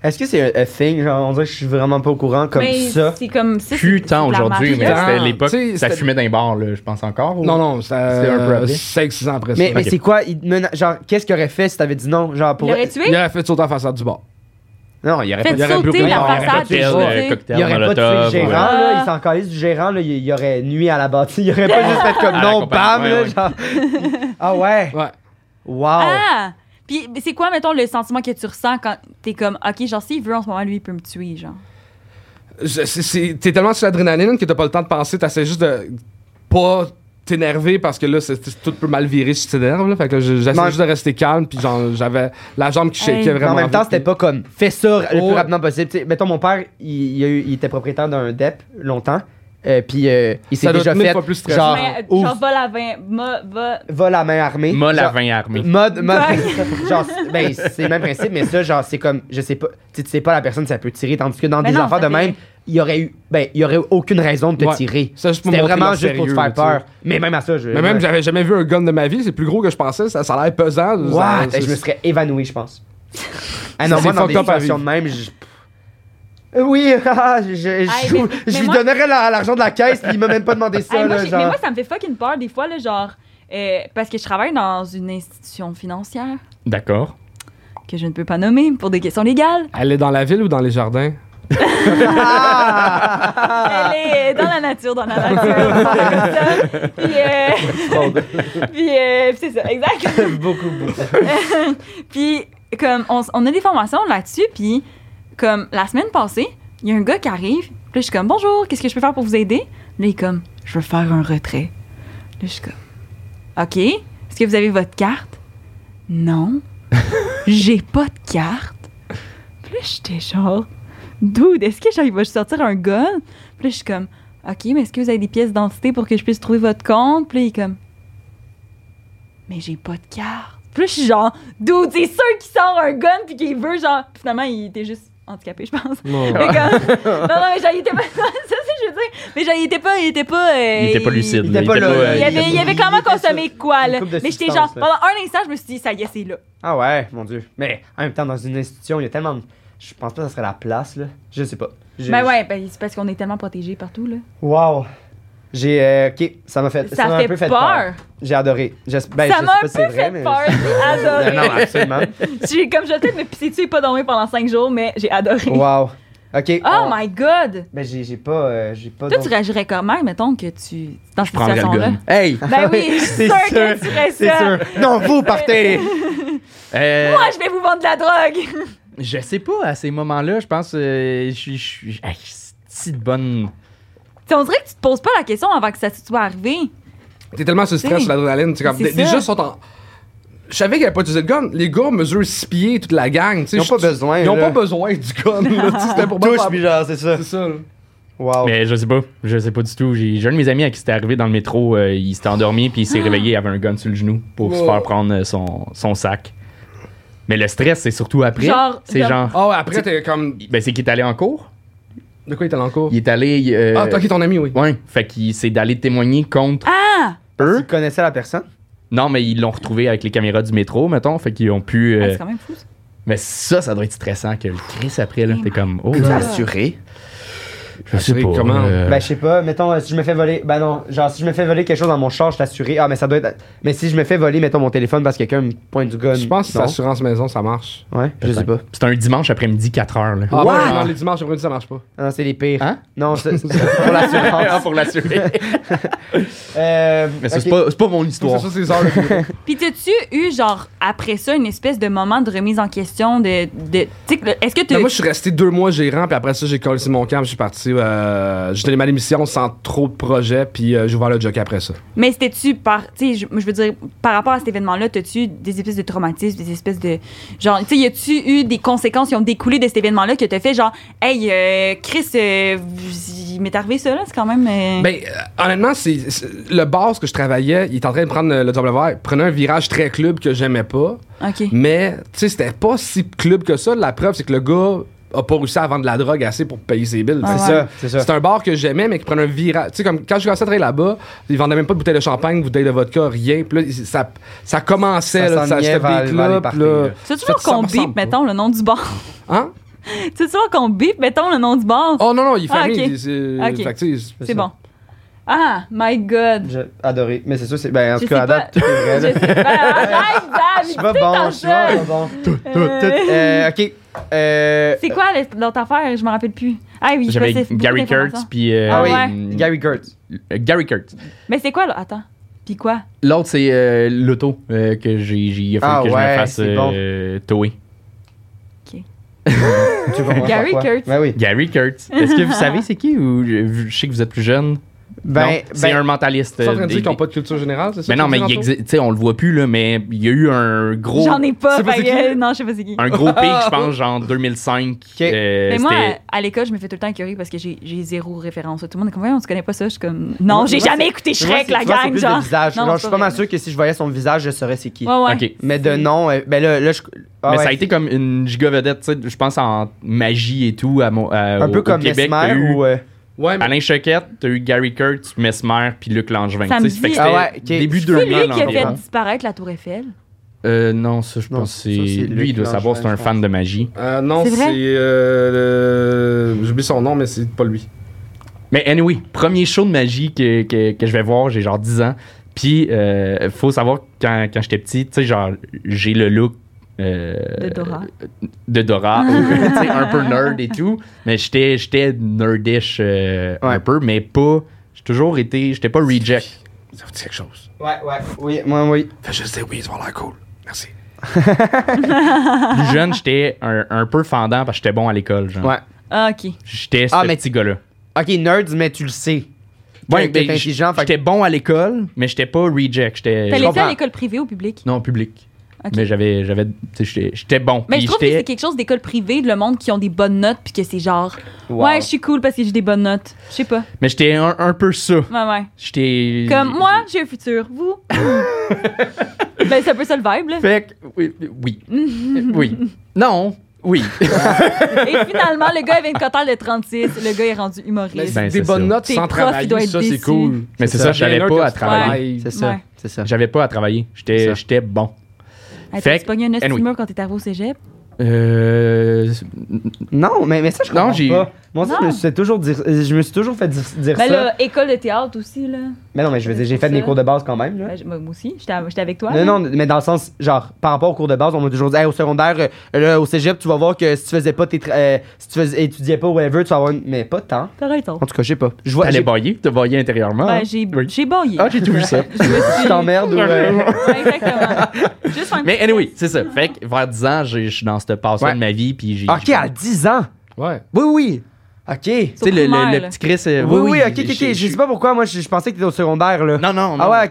Est-ce que c'est un, un thing? Genre, on dirait que je suis vraiment pas au courant comme
mais
ça.
ben, C'est comme ça. c'est-
Putain,
c'est de la
aujourd'hui, mais
mafia.
merde.
c'était l'époque.
Tu sais,
Ça
c'était-
fumait dans les bars, là, je pense encore. ou-
Non, non, c'était
Oh. C'était un peu
euh,
après.
cinq, six ans après
Mais,
ça.
mais
Ok.
c'est quoi? il mena- Genre, qu'est-ce qu'il aurait fait si t'avais dit non? Genre,
Il
pour.
l'aurait tué?
Il aurait fait sauter en façade du bar.
Ah,
Non, il aurait pas
Fait
il aurait pu
sauter
rien
la
faire.
façade.
Cocktail,
tu
euh,
sais.
cocktail
Il aurait pas tué le
Molotov, euh,
gérant,
ouais.
là,
Ah.
il s'en calisse du gérant, là, il, il aurait nuit à la bâtie. Il aurait pas juste fait comme
Ah,
non,
l'accompagne-
bam,
ouais,
là,
ouais.
genre. Ah ouais?
Ouais.
Wow!
Ah! Puis mais c'est quoi, mettons, le sentiment que tu ressens quand t'es comme, OK, genre, s'il veut en ce moment, lui, il peut me tuer, genre.
Je- c'est- c'est- T'es tellement sur l'adrénaline que t'as pas le temps de penser. T'essaies juste de pas t'énerver parce que là, c'est- c'est- tout peut mal virer si tu t'énerves. là. Fait que là, je- j'essaie
Non.
juste de rester calme. Puis genre, j'avais la jambe qui
Hey.
shakeait
Mais
vraiment.
en même temps, c'était pas comme fais ça le
Oh.
plus rapidement possible. Tu sais, mettons, mon père, il, il a eu- il était propriétaire d'un DEP longtemps, euh, puis euh, il
Ça
s'est
doit
déjà
te mettre
fait.
pas plus stressant.
genre,
Mais, euh,
ouvre-
genre, va la vin. ma- va-
va la main armée.
Molle à
Genre,
vin armé.
Mode, mode-
Bang.
genre, c'est- ben, c'est le même principe, mais ça, genre, c'est comme, je sais pas, tu sais, tu sais pas la personne, ça peut tirer, tandis que dans
Ben
des
non,
affaires de
ça fait-
même, il y aurait eu, ben, il y aurait eu aucune raison de te
Ouais.
tirer.
Ça, juste pour
C'était
montrer
vraiment
leur
juste pour te
sérieux,
faire
tu sais.
peur. Mais même à ça, je.
Mais même, j'avais jamais vu un gun de ma vie. C'est plus gros que je pensais. Ça, ça a l'air pesant.
What?
Ça-
Hey, ben, je me
c'est-
serais évanoui, je pense. ah non,
C'est
moi, dans
fucked
des
up à
situations de même, je... Euh, Oui, ah, je, je, je-
mais-
je
mais
lui
moi-
donnerais la- l'argent de la caisse, puis il m'a même pas demandé ça,
Hey, moi,
là,
j'ai- mais
genre.
moi, ça me fait fucking peur des fois, là, genre, euh, parce que je travaille dans une institution financière
D'accord.
que je ne peux pas nommer pour des questions légales.
Elle est dans la ville ou dans les jardins?
Ah.
Elle est dans la nature, dans la nature. Comme ça. puis, euh, puis, euh, puis c'est ça, exact.
beaucoup, beaucoup.
Puis, comme, on, s- on a des formations là-dessus, puis, comme, la semaine passée, il y a un gars qui arrive, puis là, je suis comme, bonjour, qu'est-ce que je peux faire pour vous aider? Là, il est comme, je veux faire un retrait. Là, je suis comme, OK, est-ce que vous avez votre carte? Non, j'ai pas de carte. Puis là, j'étais genre, dude, est-ce que genre, il va sortir un gun? Puis là, je suis comme, OK, mais est-ce que vous avez des pièces d'identité pour que je puisse trouver votre compte? Puis là, il est comme, mais j'ai pas de carte. Puis là, je suis genre, dude, c'est sûr qu'il sort un gun puis qu'il veut, genre. Puis finalement, il était juste handicapé, je pense.
Non.
Mais comme- non, non, mais genre, il était pas. ça, c'est, je veux dire. Mais genre, il était pas. Il était pas, euh,
Il était pas lucide.
il
là,
était pas là,
Il,
là,
euh,
avait, il avait
Il
clairement
était
consommé quoi,
une
là.
coupe de
Mais j'étais genre,
substance, là.
pendant un instant, je me suis dit, ça y est, c'est là.
Ah ouais, mon Dieu. Mais en même temps, dans une institution, il y a tellement de... Je pense pas que ça serait la place, là. Je sais pas. Je-
Ben ouais, ben, c'est parce qu'on est tellement protégés partout, là.
Wow. J'ai... euh, OK, ça m'a fait...
Ça,
Ça, m'a
fait,
un peu fait
peur.
peur. J'ai adoré. J'es- Ben,
ça
je
m'a
sais
un
pas
peu
si c'est vrai,
fait
mais...
peur. J'ai
Non,
adoré.
absolument.
J'ai, comme je vais peut-être me pisser dessus et pas dormir pendant cinq jours, mais j'ai adoré.
Wow. Ok.
Oh
on-
my god!
Ben, j'ai j'ai pas. euh, j'ai pas.
Toi,
d'autres-
tu réagirais comment, mettons, que tu. Dans cette
prendrais le
situation-là?
gun.
Hey!
Ben oui, je
C'est
suis sûre que
sûr,
tu ferais
C'est
ça.
sûr. Non, vous partez.
Euh,
Moi, je vais vous vendre de la drogue.
Je sais pas, à ces moments-là, je pense. euh, je suis. je suis- hey, c'est de bonne.
Tu sais, on dirait que tu te poses pas la question avant que ça te soit arrivé.
T'es tellement sur le stress,
Oui.
sur l'adrénaline. tu sais, comme,
C'est
dé-
ça.
Déjà, ils sont en. Je savais qu'il n'y avait pas utilisé de gun. Les gars mesurent 6 pieds, toute la gang. tu sais,
Ils ont
je-
pas besoin,
Ils n'ont
là.
pas besoin du gun. là, tu sais, C'était pour moi.
Touche, puis genre, c'est ça.
C'est ça. là. Oh.
Wow.
Mais je sais pas. Je sais pas du tout. J'ai j'ai un de mes amis à qui c'était arrivé dans le métro. euh, il s'était endormi, puis il s'est réveillé, il avait un gun sur le genou pour se
Ah! Wow.
faire prendre euh, son, son sac. Mais le stress, c'est surtout après.
Genre,
C'est
comme-
genre.
Ah ouais, après, t'es comme.
Ben, c'est qu'il est allé en cours.
De quoi il était en cours?
Il est allé. euh,
Ah, toi qui ton ami, oui.
Ouais. Fait qu'il c'est d'aller témoigner contre
Ah!
Tu
eux.
connaissais la personne?
Non, mais ils l'ont retrouvé avec les caméras du métro, mettons. Fait qu'ils ont pu. euh,
Ah, c'est quand même fou. ça.
Mais ça, ça doit être stressant que le Chris après, là.
Oh
T'es
my
comme. Oh,
God.
là,
Assuré.
je sais pas.
Comment?
euh,
Ben, je sais pas. Mettons, euh, si je me fais voler. Ben non, genre, si je me fais voler quelque chose dans mon char, je t'assurais. Ah, mais ça doit être. Mais si je me fais voler, mettons, mon téléphone parce que quelqu'un me pointe du gun.
Je pense que c'est
non.
assurance maison, ça marche.
Ouais, je sais pas.
C'est un dimanche après-midi, 4 heures, là.
Wow!
Ah, ben, non, les dimanches après-midi, ça marche pas.
Ah Non, c'est les pires.
Hein?
Non, c'est c'est pour
Ah.
l'assurance.
pour l'assurer.
Euh,
Mais ça, c'est
ok.
pas, c'est pas mon
C'est
histoire.
ça, c'est les heures. de bureau.
Puis t'as-tu eu, genre, après ça, une espèce de moment de remise en question de. de tu sais, que le- est-ce que tu.
Mais Ben, moi, je suis resté deux mois gérant, puis après ça, j'ai collé sur mon camp, je suis parti. Euh, j'ai donné ma démission sans trop de projets, puis euh, j'ai ouvert le jockey après ça.
Mais c'était-tu par. Tu sais, je je veux dire, par rapport à cet événement-là, t'as-tu des espèces de traumatismes, des espèces de. Genre, tu sais, y a-tu eu des conséquences qui ont découlé de cet événement-là que t'as fait, genre, hey, euh, Chris, euh, vous- il m'est arrivé ça, là, c'est quand même. euh,
Ben, euh, honnêtement, c'est, c'est- le boss que je travaillais, il était en train de prendre euh, le double vert, il prenait un virage très club que j'aimais pas,
OK.
mais tu sais, c'était pas si club que ça. La preuve, c'est que le gars a pas réussi à vendre de la drogue assez pour payer ses billes.
Ah
tu
C'est
sais.
ouais.
ça, c'est ça.
C'est un bar que j'aimais, mais qui prenait un virage. Tu sais, comme quand je commençais à travailler là-bas, ils vendaient même pas de bouteilles de champagne, de bouteilles de vodka, rien. Puis là, il- ça, ça commençait,
Ça
là,
s'en
ça
vient
achetait
vers-
des
vers les
clubs.
parties,
là.
là.
Tu veux
Ça-
toujours
ça
qu'on
me semble
bip,
pas.
mettons, le nom du bar?
Hein?
tu veux toujours qu'on bip, mettons, le nom du bar?
Oh non, non, il est
Ah,
fermé.
ok.
il- c'est-
Ok.
fait que, tu sais,
c'est bon. Ah, my God!
J'ai adoré. Mais c'est sûr, c'est. Ben, en
Je
tout
sais
cas, à
pas.
date, tout est vrai.
Je
là.
sais pas, arrête, Dan,
Je suis pas
t'es
bon,
en
je suis pas
jeu.
bon.
Euh,
Euh, ok. Euh,
C'est quoi le- l'autre affaire? Je me rappelle plus. Ah oui,
J'avais
c'est- c'est beaucoup
Gary Kurtz,
d'informations.
puis. euh,
Ah oui,
ouais.
Gary Kurtz.
euh, Gary Kurtz.
Mais c'est quoi, là? Attends. Puis quoi?
L'autre, c'est euh, l'auto euh, que j'ai. j'ai- Il a fallu
Ah
que je
ouais,
me fasse
c'est bon.
euh, tower.
Tu comprends
Gary
pourquoi.
Kurtz.
Ben oui.
Gary Kurtz. Est-ce que vous savez c'est qui ou je, je sais que vous êtes plus jeune? Non?
Ben,
c'est
ben,
un mentaliste.
Tu es en train
euh,
de dire
des-
qu'ils n'ont pas de culture générale, c'est ça?
Mais non,
que
mais
tu dis
il
tantôt?
exi- tu sais, on le voit plus là, mais il y a eu un gros
J'en ai pas.
C'est pas
fait
c'est
que-
qui?
non, je sais pas c'est qui.
un gros pic, je pense, genre 2005. euh,
Mais moi,
c'était-
à- à l'école, je me fais tout le temps écœurer parce que j'ai j'ai zéro référence. Tout le monde est comme, ouais, on se connaît pas ça. Je suis comme, non,
Moi,
j'ai
moi,
jamais
c'est-
écouté
Mais moi,
Shrek,
c'est-
la
tu vois, c'est
gang,
plus
genre.
de visage.
Non,
Genre,
c'est
je suis
pas
pas
vrai.
mal sûr que si je voyais son visage, je saurais c'est qui.
Ouais, ouais.
Ok.
Mais de nom, euh, ben là, là je- ah
mais ça a
ouais,
été comme une giga vedette, tu sais, je pense en magie et tout à mon, à-
un
au,
peu
au
comme Mesmer
Québec. t'as eu
ou. euh,
Ouais, mais
Alain Choquette, t'as eu Gary Kurtz, Mesmer puis Luc Langevin.
Ça
tu
me
sais, fait
dit-
que c'était
Ah ouais, ok.
début
C'est
2000
C'est lui qui a
environ.
fait disparaître la Tour Eiffel.
Euh, non, ça je
Non,
pense que c'est
ça, c'est
lui,
Luc
il doit savoir, c'est
Langevin,
un
je
fan de magie.
euh, non,
C'est
c'est.
vrai?
euh, le- J'oublie son nom, mais c'est pas lui.
Mais anyway, premier show de magie que, que, que je vais voir, j'ai genre 10 ans. Puis, euh, faut savoir, que quand, quand j'étais petit, tu sais, genre, j'ai le look. euh,
De Dora.
De Dora, tu sais, un peu nerd et tout. Mais j'étais j'étais nerdish euh, un
Ouais.
peu, mais pas. J'ai toujours été. J'étais pas reject.
Ça vous dit quelque chose.
Ouais, ouais, oui, moi, oui.
Fais juste dire oui, ils vont l'air cool. Merci.
Plus jeune, j'étais un, un peu fendant parce que j'étais bon à l'école, genre.
Ouais.
Ah, ok.
J'étais ce
Ah, mais-
petit gars-là.
Ok, nerds, mais tu le sais.
Ouais,
t'es
ben,
intelligent, fait que-
J'étais bon à l'école, mais j'étais pas reject. J'étais.
T'as laissé
comprends.
à l'école privée au public.
Non, public.
Ok.
Mais j'avais. j'avais tu sais, J'étais j'étais bon.
Mais je
Puis
trouve que
j'étais-
c'est quelque chose d'école privée, de le monde qui ont des bonnes notes, puis que c'est genre,
Wow.
ouais, je suis cool parce que j'ai des bonnes notes. Je sais pas.
Mais j'étais un, un peu ça.
Ouais, ouais.
J'étais.
Comme moi, j'ai un futur. Vous? ben, c'est un peu ça le vibe, là.
Fait que. Oui. Oui. oui. Non. Oui.
Et finalement, le gars avait une cotale de 36. Le gars est rendu humoriste.
Ben, c'est
des bonnes
Ah,
ça.
notes
Tes
sans
profs, ils doivent
travailler,
être
ça, c'est
déçus.
cool.
Mais c'est ça, j'avais
Bien
pas
là
à
que tu
travailler.
travailles.
C'est ça,
Ouais.
c'est ça.
J'avais pas à travailler.
C'est
J'étais
ça.
j'étais bon.
Hey,
Fait
T'as-tu
que-
pogné un
anyway.
estimeur quand t'es arrivé au cégep?
Euh.
Non, mais, mais ça, je
Non,
comprends
j'ai-
pas. Moi aussi, je me suis fait toujours dire, euh, je me suis toujours fait dire, dire
Ben
ça.
là, école de théâtre aussi, là.
mais non, mais je veux dire, j'ai fait
Ça.
mes cours de base quand même. Là.
Ben, j- moi aussi, j'étais à- j'étais avec toi. là.
Non, non, mais dans le sens, genre, par rapport aux cours de base, on m'a toujours dit, Hey, au secondaire, euh, là, au cégep, tu vas voir que si tu faisais pas tes. tra- euh, si tu faisais, étudiais pas, whatever, tu vas avoir une. Mais pas tant.
T'as raison.
En tout cas, je sais pas. Je vois.
T'allais
j'ai-
bailler, t'as baillé intérieurement. hein?
Ben, j'ai
Oui.
j'ai baillé.
Ah, j'ai tout vu ça.
Je me suis-
Je t'emmerde ou. euh,
Ouais, exactement. Juste un
Mais anyway, c'est ça. Fait que vers 10 ans, j'ai- je suis dans cette passe
Ouais.
de ma vie, puis j'ai.
Ok,
j'ai-
à 10 ans.
Ouais.
Oui, oui. Ok. Oui,
Tu sais, le, le-
primaire,
le
là.
petit Chris. euh,
oui, ok, ok,
j'ai-
ok. Je
j'ai-
sais pas pourquoi, moi, je je pensais que t'étais au secondaire, là.
Non, non, non.
Ah ouais,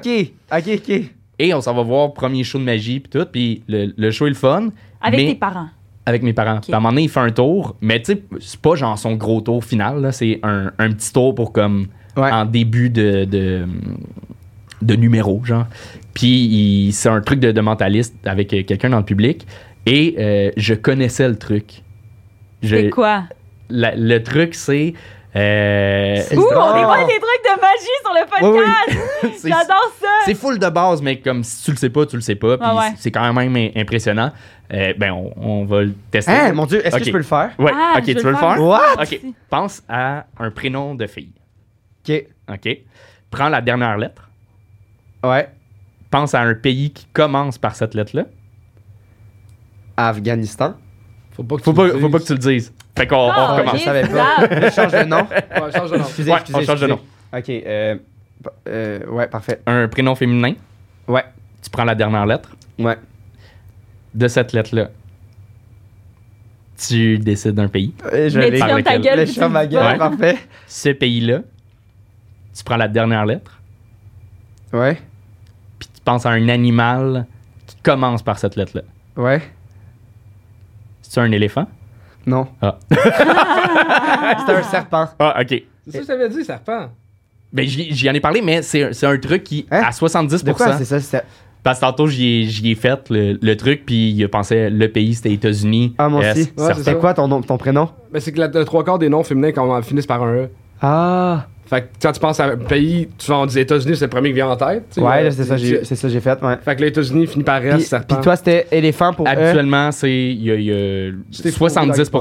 ok. Ok, ok.
Et on s'en va voir, premier show de magie, puis tout. Puis le, le show est le fun.
Avec
mais-
tes parents.
Avec mes parents. Puis à un moment donné, il fait un tour, mais tu sais, c'est pas genre son gros tour final, là. C'est un, un petit tour pour comme.
Ouais.
En début de. de de numéro, genre. Puis il- c'est un truc de, de mentaliste avec euh, quelqu'un dans le public. Et euh, je connaissais le truc.
C'est
Je,
quoi?
la- le truc, c'est. euh,
C'est-
Ouh,
bizarre.
on dévoile des trucs de magie sur le
Oui,
podcast!
c'est-
J'adore ça!
c'est full de base, mais comme si tu le sais pas, tu le sais pas. Puis
Ah ouais.
c'est quand même im- impressionnant. Euh, ben, on, on va le tester.
Hein, mon dieu, est-ce
Ah, Ok.
que je peux le faire?
Ouais,
Ah,
ok,
je
tu
veux
veux le
le
faire?
faire.
What?
Ok, pense à un prénom de fille.
Ok.
Ok. Prends la dernière lettre.
Ouais.
Pense à un pays qui commence par cette lettre-là.
Afghanistan.
Faut pas que
Faut
tu
pas,
le dises.
faut pas que tu le dises. Fait qu'on on
Ah,
recommence.
Je
ok.
savais pas. Je change de nom.
Ouais, change de nom.
Excusez,
Ouais,
excusez,
on change de
excusez. Ok, euh, pa- euh, ouais, parfait.
Un prénom féminin.
Ouais,
Tu prends la dernière lettre
ouais.
de cette lettre-là. Tu décides d'un pays.
Euh, je
Mais tu
l'ai.
fermes ta
Par
gueule.
Le
puis tu
chat ma
dis
gueule,
pas.
Ouais.
parfait.
Ce pays-là, tu prends la dernière lettre.
Ouais,
puis tu penses à un animal qui commence par cette lettre-là.
ouais.
C'est un éléphant?
Non.
Ah.
C'était un serpent.
Ah, OK.
C'est ça que je t'avais dit, serpent.
Ben, j'y j'y en ai parlé, mais c'est c'est un truc qui,
Hein?
à 70
De quoi c'est ça? c'est-
parce que tantôt, j'y ai, j'y ai fait le, le truc, puis il pensait le pays, c'était États-Unis.
Ah, moi
Euh,
aussi.
c'est
Ouais,
certain.
ça.
C'est quoi ton, nom- ton prénom?
Mais c'est que la- le trois quarts des noms féminins quand finissent par un E.
Ah.
Fait que quand tu penses à un pays, tu vas en dire États-Unis, c'est le premier qui vient en tête. tu sais,
Ouais,
là,
là, c'est ça, j'ai- c'est ça, j'ai fait, ouais.
Fait que les États-Unis finit par S,
Puis,
serpent.
puis toi, c'était éléphant pour eux.
Habituellement, c'est il y a- il y a
C'était
70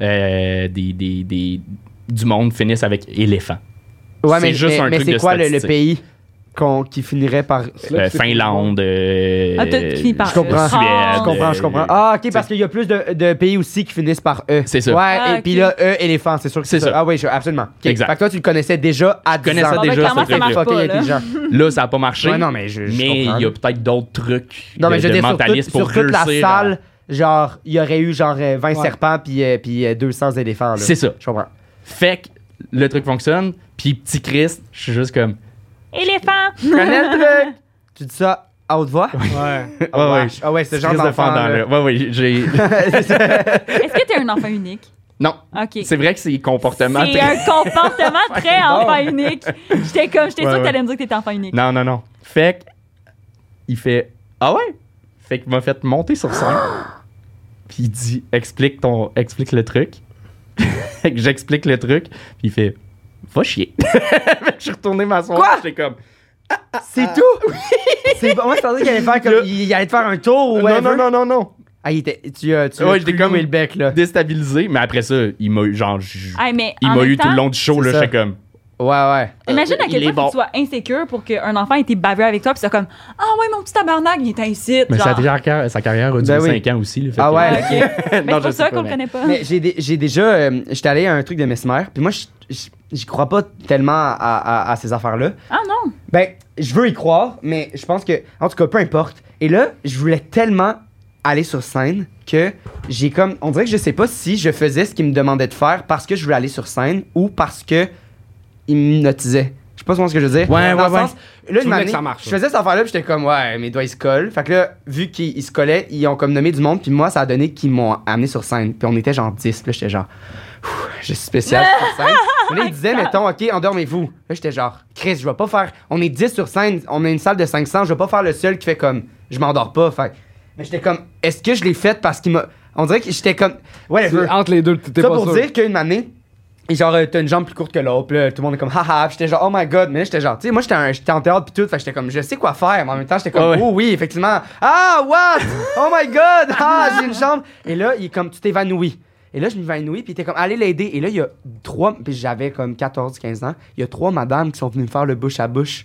euh, des, des, des- du monde finissent avec éléphant.
Ouais,
c'est
mais,
juste
mais-
un
mais
truc
c'est
de
quoi le, le
statistique.
pays qu'on- qui finirait par...
C'est là que
Euh,
tu sais
Finlande. euh,
Ah, t'as- tu finis par
Je comprends.
euh,
Suède, euh,
France.
Je comprends, je comprends. Ah, ok, parce qu'il y a plus de, de pays aussi qui finissent par E.
C'est ça.
Ouais,
Ah,
et
ok.
puis là, E, éléphant, c'est sûr que c'est
C'est
ça.
ça.
Ah oui, je- absolument. Ok.
Exact.
Fait que toi, tu le connaissais déjà à 10 ans.
connaissais
Ah, ben,
déjà,
clairement,
ce
ça marche
truc-là.
pas,
Fucking
là.
intelligent.
Là, ça n'a pas marché.
Ouais, non, mais je, je
mais
comprends,
il y a
là.
peut-être d'autres trucs
Non, mais
de,
je
de
veux dire, sur,
mentalistes
toute-
pour
sur toute la
réussir à-
salle, genre, il y aurait eu genre euh, 20
Ouais.
serpents puis, euh, puis euh, 200 éléphants. là.
C'est ça.
Je comprends.
Fait que le truc fonctionne, puis petit Christ, je suis juste comme...
Éléphant!
Tu connais le truc? Tu dis ça à haute voix?
Ouais.
Ah
ouais.
Ah ouais, ce genre
Christ de
d'enfant.
fendant,
là.
là. Ouais, ouais, j'ai...
Est-ce que t'es un enfant unique?
Non,
Ok.
c'est vrai que c'est
C'est
comportement... très-
un comportement très enfant unique. J'étais comme, j'étais
Ouais,
sûre que
ouais.
t'allais me dire que t'étais enfant unique.
Non, non, non. Fait que... Il fait... Ah ouais? Fait qu'il m'a fait monter sur scène. puis il dit, explique ton... Explique le truc. fait que j'explique le truc, puis il fait... Va chier. fait que je suis retourné m'asseoir,
Quoi?
puis j'étais comme...
C'est tout? C'est bon. Moi, je pensais qu'il allait faire comme. Il allait te faire un tour ou
non,
whatever.
non, non, non, non.
Ah, il était. Tu as. Tu
Ouais,
as
j'étais
cloué
comme-
le bec, là.
Déstabilisé, mais après ça, il m'a eu genre... je-
Ah, mais
Il
en
m'a
même
eu tout
temps,
le long du show,
C'est
là,
ça.
j'étais comme...
Ouais, ouais.
Imagine à
Il
quel
est
point faut que
bon.
tu sois insécure pour qu'un enfant ait été baveux avec toi, puis c'est comme Ah ouais, mon petit tabarnak, il est ici.
Mais
genre.
sa carrière, sa carrière a duré
Ben oui.
5 ans aussi. Là, fait
Ah
que-
ouais.
Ah, ok. Mais
Non,
c'est
je
pour
sais
ça
pas,
qu'on le
mais-
connaît pas.
Mais j'ai dé- j'ai déjà. euh, J'étais allé à un truc de Mesmer, puis moi, je- je- j'y crois pas tellement à, à- à ces affaires-là.
Ah non!
Ben, je veux y croire, mais je pense que. En tout cas, peu importe. Et là, je voulais tellement aller sur scène que j'ai comme. On dirait que je sais pas si je faisais ce qu'il me demandait de faire parce que je voulais aller sur scène ou parce que il m'hypnotisait. Je sais pas vraiment ce que je veux dire.
Ouais,
Dans
ouais,
le
ouais.
sens- Là, une
voulais
année,
que ça marche,
je
ça.
faisais cette affaire-là, puis j'étais comme, ouais, mes doigts ils se collent. Fait que là, vu qu'ils ils se collaient, ils ont comme nommé du monde, puis moi, ça a donné qu'ils m'ont amené sur scène. Puis on était genre 10, puis là, j'étais genre, Ouh, je suis spécial sur scène. Puis là, ils disaient, mettons, OK, endormez-vous. Là, j'étais genre, Chris, je vais pas faire. On est 10 sur scène, on a une salle de 500, je vais pas faire le seul qui fait comme, je m'endors pas. Fait mais j'étais comme, est-ce que je l'ai faite parce qu'il m'a. On dirait que j'étais comme, ouais,
C'est Entre les deux, t'es
ça
pas
pour
sûr.
dire qu'une année, et genre, euh, t'as une jambe plus courte que l'autre, puis là, tout le monde est comme, haha, puis j'étais genre, oh my god, mais là, j'étais genre, tu sais, moi, j'étais un- j'étais en théâtre, puis tout, fait que j'étais comme, je sais quoi faire, mais en même temps, j'étais comme,
Ah ouais.
oh oui, effectivement, ah, what, oh my god, ah, j'ai une jambe. Et là, il est comme, tu t'évanouis. Et là, je m'évanouis, puis il était comme, allez l'aider. Et là, il y a trois, puis j'avais comme 14, 15 ans, il y a trois madames qui sont venues me faire le bouche à bouche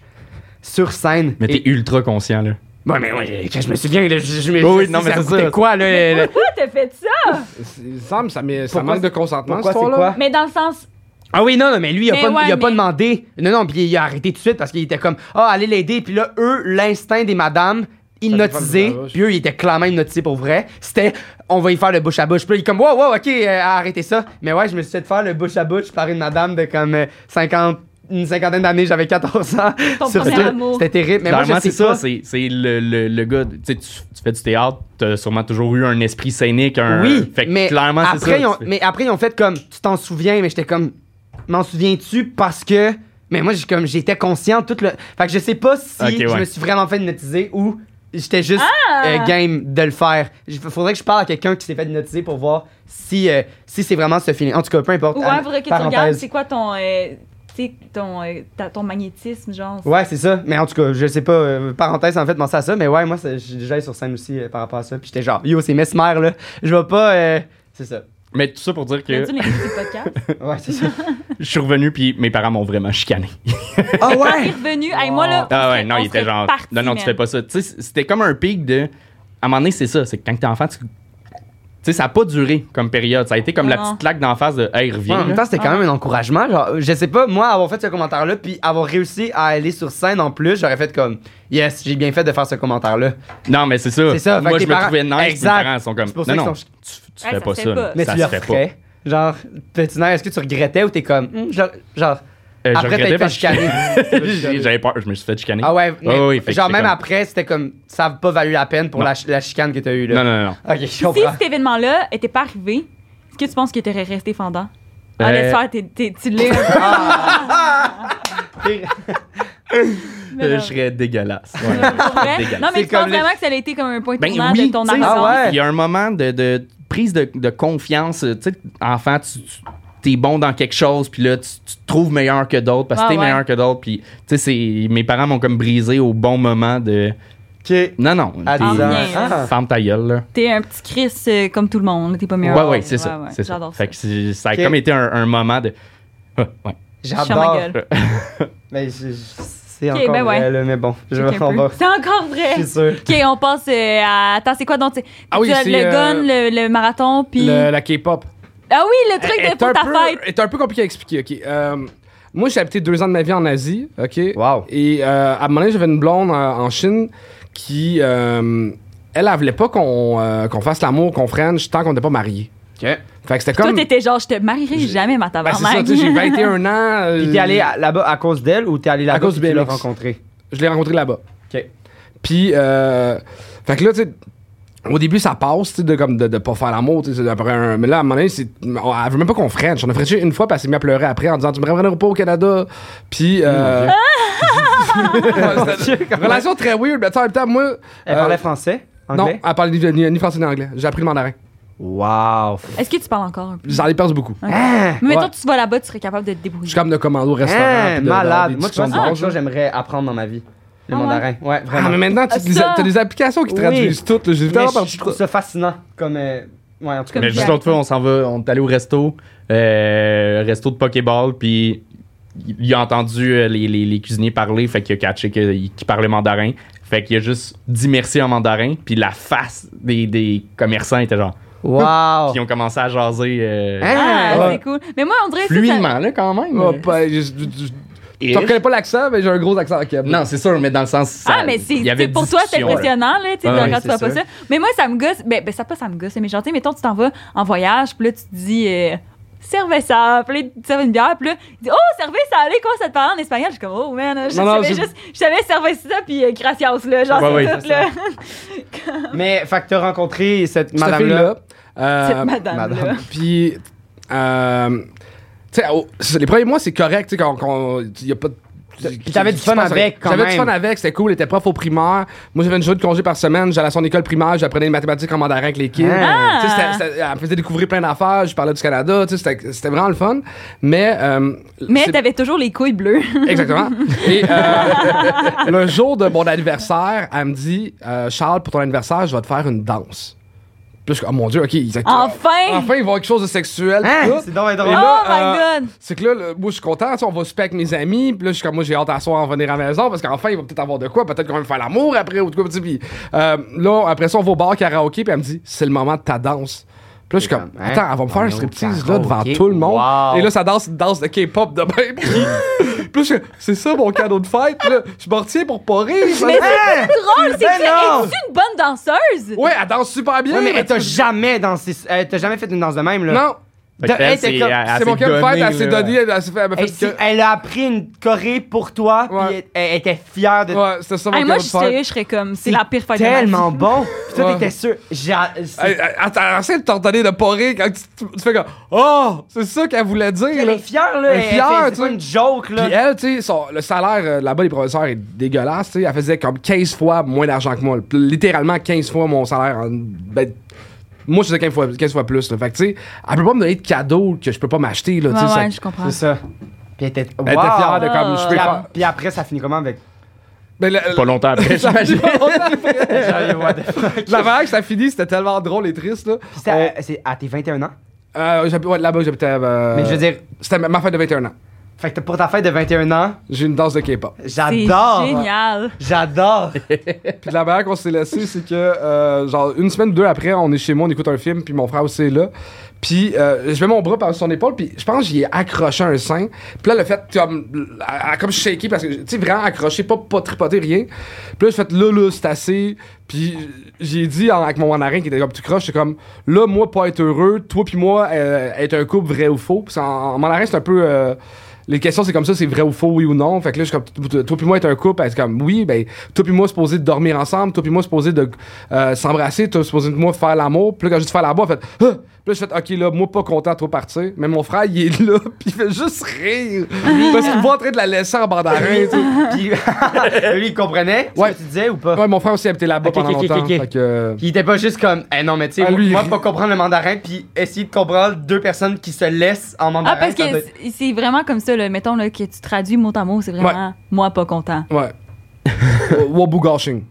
sur scène.
Mais
Et-
t'es ultra conscient, là.
Ouais, mais ouais, quand je me souviens, là, je, je me
Oui, oui,
je-
non, mais c'est
coûtait
ça.
quoi, là? là-
Pourquoi t'as fait ça?
Il semble ça, m'est- ça
Pourquoi
manque de
c'est-
consentement,
pourquoi
ce
c'est
là
quoi?
Mais dans le sens.
Ah oui, non, non, mais lui, il a,
Mais
pas, il
ouais,
a pas
mais-
demandé. Non, non, puis il a arrêté tout de suite parce qu'il était comme, ah, allez l'aider. Puis là, eux, l'instinct des madames, hypnotisés,
Ça dépend de la
puis eux, ils étaient clairement hypnotisés pour vrai. C'était, on va y faire le bouche à bouche. Puis là, il est comme, wow, wow, ok, euh, arrêtez ça. Mais ouais, je me suis fait faire le bouche à bouche par une madame de comme euh, 50, une cinquantaine d'années, j'avais 14 ans.
Ton
Sur
premier
ça,
amour.
C'était terrible. Mais moi,
Clairement,
je sais
c'est ça.
pas.
C'est c'est le, le, le gars. Tu, sais, tu tu fais du théâtre, t'as sûrement toujours eu un esprit scénique. Un...
Oui,
Fait que
mais,
clairement, c'est ça.
après, ils ont-
tu fais-
mais après, ils ont fait comme, tu t'en souviens, mais j'étais comme, m'en souviens-tu parce que. Mais moi, j'ai comme, j'étais conscient tout le. Fait que je sais pas si
Ok,
je
ouais.
me suis vraiment fait hypnotiser ou j'étais juste
Ah!
euh, game de le faire. Il faudrait que je parle à quelqu'un qui s'est fait hypnotiser pour voir si, euh, si c'est vraiment ce feeling. En tout cas, peu importe.
Ouais,
Ah,
hein, faudrait que tu
parenthèse.
regardes c'est quoi ton. euh, tu sais, ton, euh, ta- ton magnétisme, genre.
Ouais, c'est ça. Mais en tout cas, je sais pas. euh, parenthèse, en fait, penser à ça. Mais ouais, moi, c'est- j'ai déjà été sur scène aussi euh, par rapport à ça. Puis j'étais genre, yo, c'est Mesmer, là. Je vais pas. euh, C'est ça.
Mais tout ça pour dire que
T'as-tu les petits podcasts?
Ouais, c'est ça.
je suis revenu, puis mes parents m'ont vraiment chicané.
Ah
Il
ouais!
est revenu. Hey, moi, là. on
Ah ouais,
serait-
non,
on
il était
serait
genre.
partis,
non, non, tu
man.
fais pas ça. Tu sais, c'était comme un pic de. À un moment donné, c'est ça. C'est que quand t'es enfant, tu. Tu sais, ça a pas duré comme période. Ça a été comme la
Non.
petite claque d'en face de
Ouais,
Hey,
en
reviens.
même
là.
temps, c'était quand
Ah.
même un encouragement. Genre, euh, je sais pas, moi, avoir fait ce commentaire-là, puis avoir réussi à aller sur scène en plus, j'aurais fait comme, yes, j'ai bien fait de faire ce commentaire-là.
Non, mais c'est ça.
C'est ça, fait
Moi,
que
je
tes
me
parents-
trouvais nice.
Exact.
Mes parents sont comme.
C'est pour ça
non,
qu'ils
non.
sont
Tu, tu
Ouais,
fais
ça se
pas ça.
fait pas.
là.
Mais
ça
tu
se
le
fait pas.
referais. Genre, petit nerf, est-ce que tu regrettais ou t'es comme, Hmm, genre, genre,
Euh,
après
je regrettais
t'as fait
parce
chicaner.
que j'ai- j'avais peur, je me suis fait chicaner.
Ah ouais, mais
Ouais, ouais, fait que
genre,
c'est
même
comme-
après, c'était comme, ça a pas valu la peine pour
Non.
la, ch- la chicane que t'as eue, là.
Non, non, non.
Ok, je
Si
comprends.
cet événement-là était pas arrivé, est-ce que tu penses que t'aurais resté fendant? En
Euh,
laissant, t'es- t'es- tu l'es. Mais
Euh,
non.
Je serais dégueulasse. Ouais.
Pour vrai?
Dégueulasse.
Non, mais
C'est
je pense
comme les-
vraiment que ça a été comme un point de
Ben
tournant
oui,
de ton
tu sais,
argent.
Ah ouais.
Il y a un moment de, de prise de, de confiance. euh, Tu sais, enfant, tu, tu es bon dans quelque chose, puis là, tu, tu te trouves meilleur que d'autres parce que
Ah
t'es
ouais.
meilleur que d'autres. Puis, tu sais, c'est- mes parents m'ont comme brisé au bon moment de.
Ok.
Non, non.
À
t'es-
10 ans.
rien.
Ah.
Ferme ta gueule, là.
T'es un petit Chris euh, comme tout le monde. T'es pas
Ouais,
meilleur.
ouais, c'est ça.
ouais.
c'est ça.
J'adore ça.
Fait que c'est- ça a
Ok.
comme été un, un moment de. Ah, ouais.
Je ferme ma
J'adore.
gueule.
Mais je- je- c'est
Ok,
encore
ben ouais.
vrai, là, mais bon, je
Check
vais
un
on
peu.
va-
C'est encore vrai.
Je suis sûr.
Ok, on passe euh, à. Attends, c'est quoi donc? c'est-
Ah oui,
tu as
c'est,
le
euh,
gun, le, le marathon, puis.
Le- la K-pop.
Ah oui, le truc
Eh, est
de pour
un
ta
peu-
fête.
est un peu compliqué à expliquer, OK. Euh, moi, j'ai habité deux ans de ma vie en Asie, OK?
Wow.
Et euh, à un moment donné, j'avais une blonde euh, en Chine qui... euh, elle, elle voulait pas qu'on euh, qu'on fasse l'amour, qu'on french tant qu'on n'était pas mariés.
Ok.
Fait que c'était
Toi,
comme...
t'étais genre, je te marierai jamais, ma
Ben,
tabarnak.
c'est ça, tu sais, j'ai 21 ans. euh,
Puis t'es allé à- là-bas à cause d'elle ou t'es allé là-bas
cause
puis
du
tu l'as
BMX.
rencontré?
Je l'ai rencontré là-bas.
Ok.
Puis, euh, fait que là, tu sais, au début, ça passe, tu sais, de, comme de, de pas faire l'amour, tu sais, après un- Mais là, à un moment donné, c'est, on- elle veut même pas qu'on French. On a Frenché une fois, parce qu'elle s'est mise à pleurer après en disant, tu me ramèneras pas au Canada. Puis, euh...
Mmh,
Ouais, c'était
Ah!
une relation très weird, mais tu sais, en même temps, moi.
Elle
euh,
parlait français?
Non,
Anglais?
elle parlait ni, ni- ni français ni anglais. J'ai appris le mandarin.
Wow!
Est-ce que tu parles encore un peu?
J'en ai perdu beaucoup.
Mais mettons,
Ouais.
tu vas là-bas, tu serais capable de te
Je suis
débrouiller.
comme de commando au Ah! restaurant.
Hein,
puis de-
malade!
dans des
Moi, je pense que
discussions
c'est
de
quelque chose
bar,
que j'aimerais apprendre dans ma vie. Le
Ah ouais?
mandarin. Ouais,
Ah,
vraiment.
mais maintenant, tu
Ah, ça.
as des applications qui
Oui.
traduisent tout. là. J'ai
Mais
vraiment
je-
perdu
je
tout.
trouve ça fascinant. Comme. euh, Ouais, en tout cas.
Comme
Mais juste
Jack. hein.
l'autre fois, on s'en va, on est allé au resto, euh, resto de Pokéball, puis il il a entendu euh, les, les- les cuisiniers parler, fait qu'il a catché que- qu'ils parlaient mandarin. Fait qu'il a juste dit merci en mandarin, puis la face des, des commerçants était genre.
Wow!
Oh.
Puis ils ont commencé à jaser euh,
Hein?
Ah,
Ouais.
c'est cool. Mais moi, on dirait que ça-
fluidement, là, quand même.
Oh, pas- je- je- je-
Et-
Tu reconnais pas l'accent, mais j'ai un gros accent à Québec.
Non, c'est sûr, mais dans le sens. ça-
Ah, mais c'est
il y avait
tu sais, pour toi, c'est
discussion, là.
impressionnant, là, tu sais,
Ouais,
de-
ouais,
quand tu
c'est
vois pas
ça.
ça. Mais moi, ça me gosse. Ben, ben, ça pas, ça me gosse, mais genre, tu sais, mettons, tu t'en vas en voyage, puis là, tu te dis, euh, servez ça, puis là, tu te serves une bière, puis là, tu dis, oh, servez ça, allez, quoi, ça te parle en espagnol? Je suis comme, oh, man, je
Non, non,
savais
c'est-
juste, je savais servez ça, puis euh, gracias, là, genre,
Ouais, ouais,
c'est
c'est
tout, là.
Mais, fait que t'as rencontré cette
Cette
madame-là.
fille-là, euh,
Cette madame-là.
madame.
Puis, euh, tu sais, au- c'est- les premiers mois, c'est correct, tu sais, quand- quand il y a pas de-
Puis t'avais du
qui se
fun
passe
avec,
rien.
quand
J'avais
même.
du fun avec, c'était cool, elle était prof au primaire. Moi, j'avais une journée de congé par semaine, j'allais à son école primaire, j'apprenais les mathématiques en mandarin avec les kids.
Ah.
Tu sais, c'était- c'était- elle me faisait découvrir plein d'affaires, je parlais du Canada, tu sais, c'était c'était vraiment le fun. Mais, euh,
Mais
c'est-
t'avais toujours les couilles bleues.
Exactement. Et euh, le jour de mon anniversaire, elle me dit euh, Charles, pour ton anniversaire, je vais te faire une danse. Puis Puis là, je suis comme, oh mon dieu, ok, ils
Enfin!
Enfin, ils vont avoir quelque chose de sexuel.
Hein?
tout.
C'est donc bien
Et
drôle.
là,
Oh my God!
C'est que là, le- moi, je suis content. tu sais, On va super avec mes amis. Puis là, je suis comme, moi, j'ai hâte à soir, on va venir à la maison parce qu'enfin, il va peut-être avoir de quoi. Peut-être qu'on va faire l'amour après ou de quoi. tu sais, Puis euh, là, après ça, on va au bar karaoké. Puis elle me dit, c'est le moment de ta danse. Puis là, je suis comme,
comme, hein?
attends, elle va me
On
faire
est
un
au
striptease là devant
karaoké.
tout le monde.
Wow.
Et là, ça danse une danse de K-pop de même. Puis- Puis là, je suis comme, c'est ça mon cadeau de fête. Puis là, je me retiens pour pas rire.
Mais c'est drôle, c'est que
Ben non!
es-tu une bonne danseuse?
Ouais, elle danse super bien.
Ouais, mais elle t'a jamais dansé. Elle t'a jamais fait une danse de même, là.
Non,
Fait que
De-
elle,
elle, c'est
c'est-
comme-
elle- elle
c'est mon
s'est
cadeau de fête.
donnée,
Elle s'est
là.
donnée. Elle elle s'est fait. Elle m'a
Elle,
fait
si-
que-
elle a appris une chorée pour toi, puis
Ouais.
elle, elle était fière de toi.
Ouais, c'était ça mon
Hey,
cadeau
moi,
de
je suis
fête.
sérieux, je serais comme, c'est la pire fête de ma vie.
Tellement bon. Puis toi,
Ouais.
t'étais sûr. J'a-
Hey,
c'est-
hey, Attends, essaie de t'ordonner de pas rire quand tu, tu- tu fais comme Oh, c'est ça qu'elle voulait dire.
Elle
Là.
est fière, là.
Elle est
Elle
fière,
fait-
tu
C'est pas
sais.
une joke, là.
Puis elle, tu sais, son- le salaire euh, là-bas des professeurs est dégueulasse. tu sais. Elle faisait comme 15 fois moins d'argent que moi. L- Littéralement 15 fois mon salaire. en- ben, moi, je faisais 15 fois, 15 fois plus. Là. Fait que, tu sais, elle peut pas me donner de cadeaux que je peux pas m'acheter. là, tu sais,
Ouais,
ça-
ouais, je comprends.
C'est ça. Puis elle était.
Elle était fière de comme je peux
Puis, a-
faire.
puis après, ça finit comment avec.
Ben, la-
Pas longtemps après, j'imagine.
J'arrive, what the fuck.
la manière que ça finit, c'était tellement drôle et triste. Là.
Puis c'était à- c'est à tes 21 ans.
Euh, j'hab- ouais, là-bas, j'habitais. euh,
Mais je veux dire,
C'était ma- ma fête de 21 ans.
fait que t'as- pour ta fête de 21 ans,
J'ai une danse de K-pop.
C'est
j'adore.
génial.
J'adore.
Puis la manière qu'on s'est laissé, c'est que, euh, genre, une semaine ou deux après, on est chez moi, on écoute un film, puis mon frère aussi est là. Puis euh, je mets mon bras par son épaule, puis je pense que j'y ai accroché un sein. Puis là, le fait, comme, à- à- comme shaky, parce que, tu sais, vraiment accroché, pas, pas tripoté, rien. Puis là, j'ai fait, là, là, c'est assez. Puis j'ai dit en- avec mon mandarin qui était comme, tu croches, c'est comme, là, moi, pas être heureux, toi, puis moi, euh, être un couple vrai ou faux. Puis en, en mandarin, c'est un peu. euh, les questions, c'est comme ça, c'est vrai ou faux, oui ou non. Fait que là, je suis comme, toi puis moi, être un couple, c'est comme, oui, ben, toi puis moi, supposé de dormir ensemble, toi puis moi, supposé de euh, s'embrasser, toi, supposé de moi, faire l'amour. Puis là, quand je dis faire l'amour, elle fait, ah! Puis là, je fais, ok, là, moi, pas content, toi partir. Mais mon frère, il est là, puis il fait juste rire. parce qu'il me voit en train de la laisser en bandarin, tu sais.
Puis lui, il comprenait ce
Ouais.
que tu disais ou pas?
Ouais, mon frère aussi habitait là-bas
Ok,
pendant
ok, ok,
longtemps.
ok.
Fait que- euh,
Puis il était pas juste comme, eh non, mais tu sais,
Ah,
moi,
lui, il
moi,
rit.
pas comprendre le mandarin, puis essayer de comprendre deux personnes qui se laissent en mandarin.
Ah, parce que
ça doit être-
c'est- c'est vraiment comme ça, là. Mettons là, que tu traduis mot en mot, c'est vraiment moi pas content.
Ouais. Wobougashing.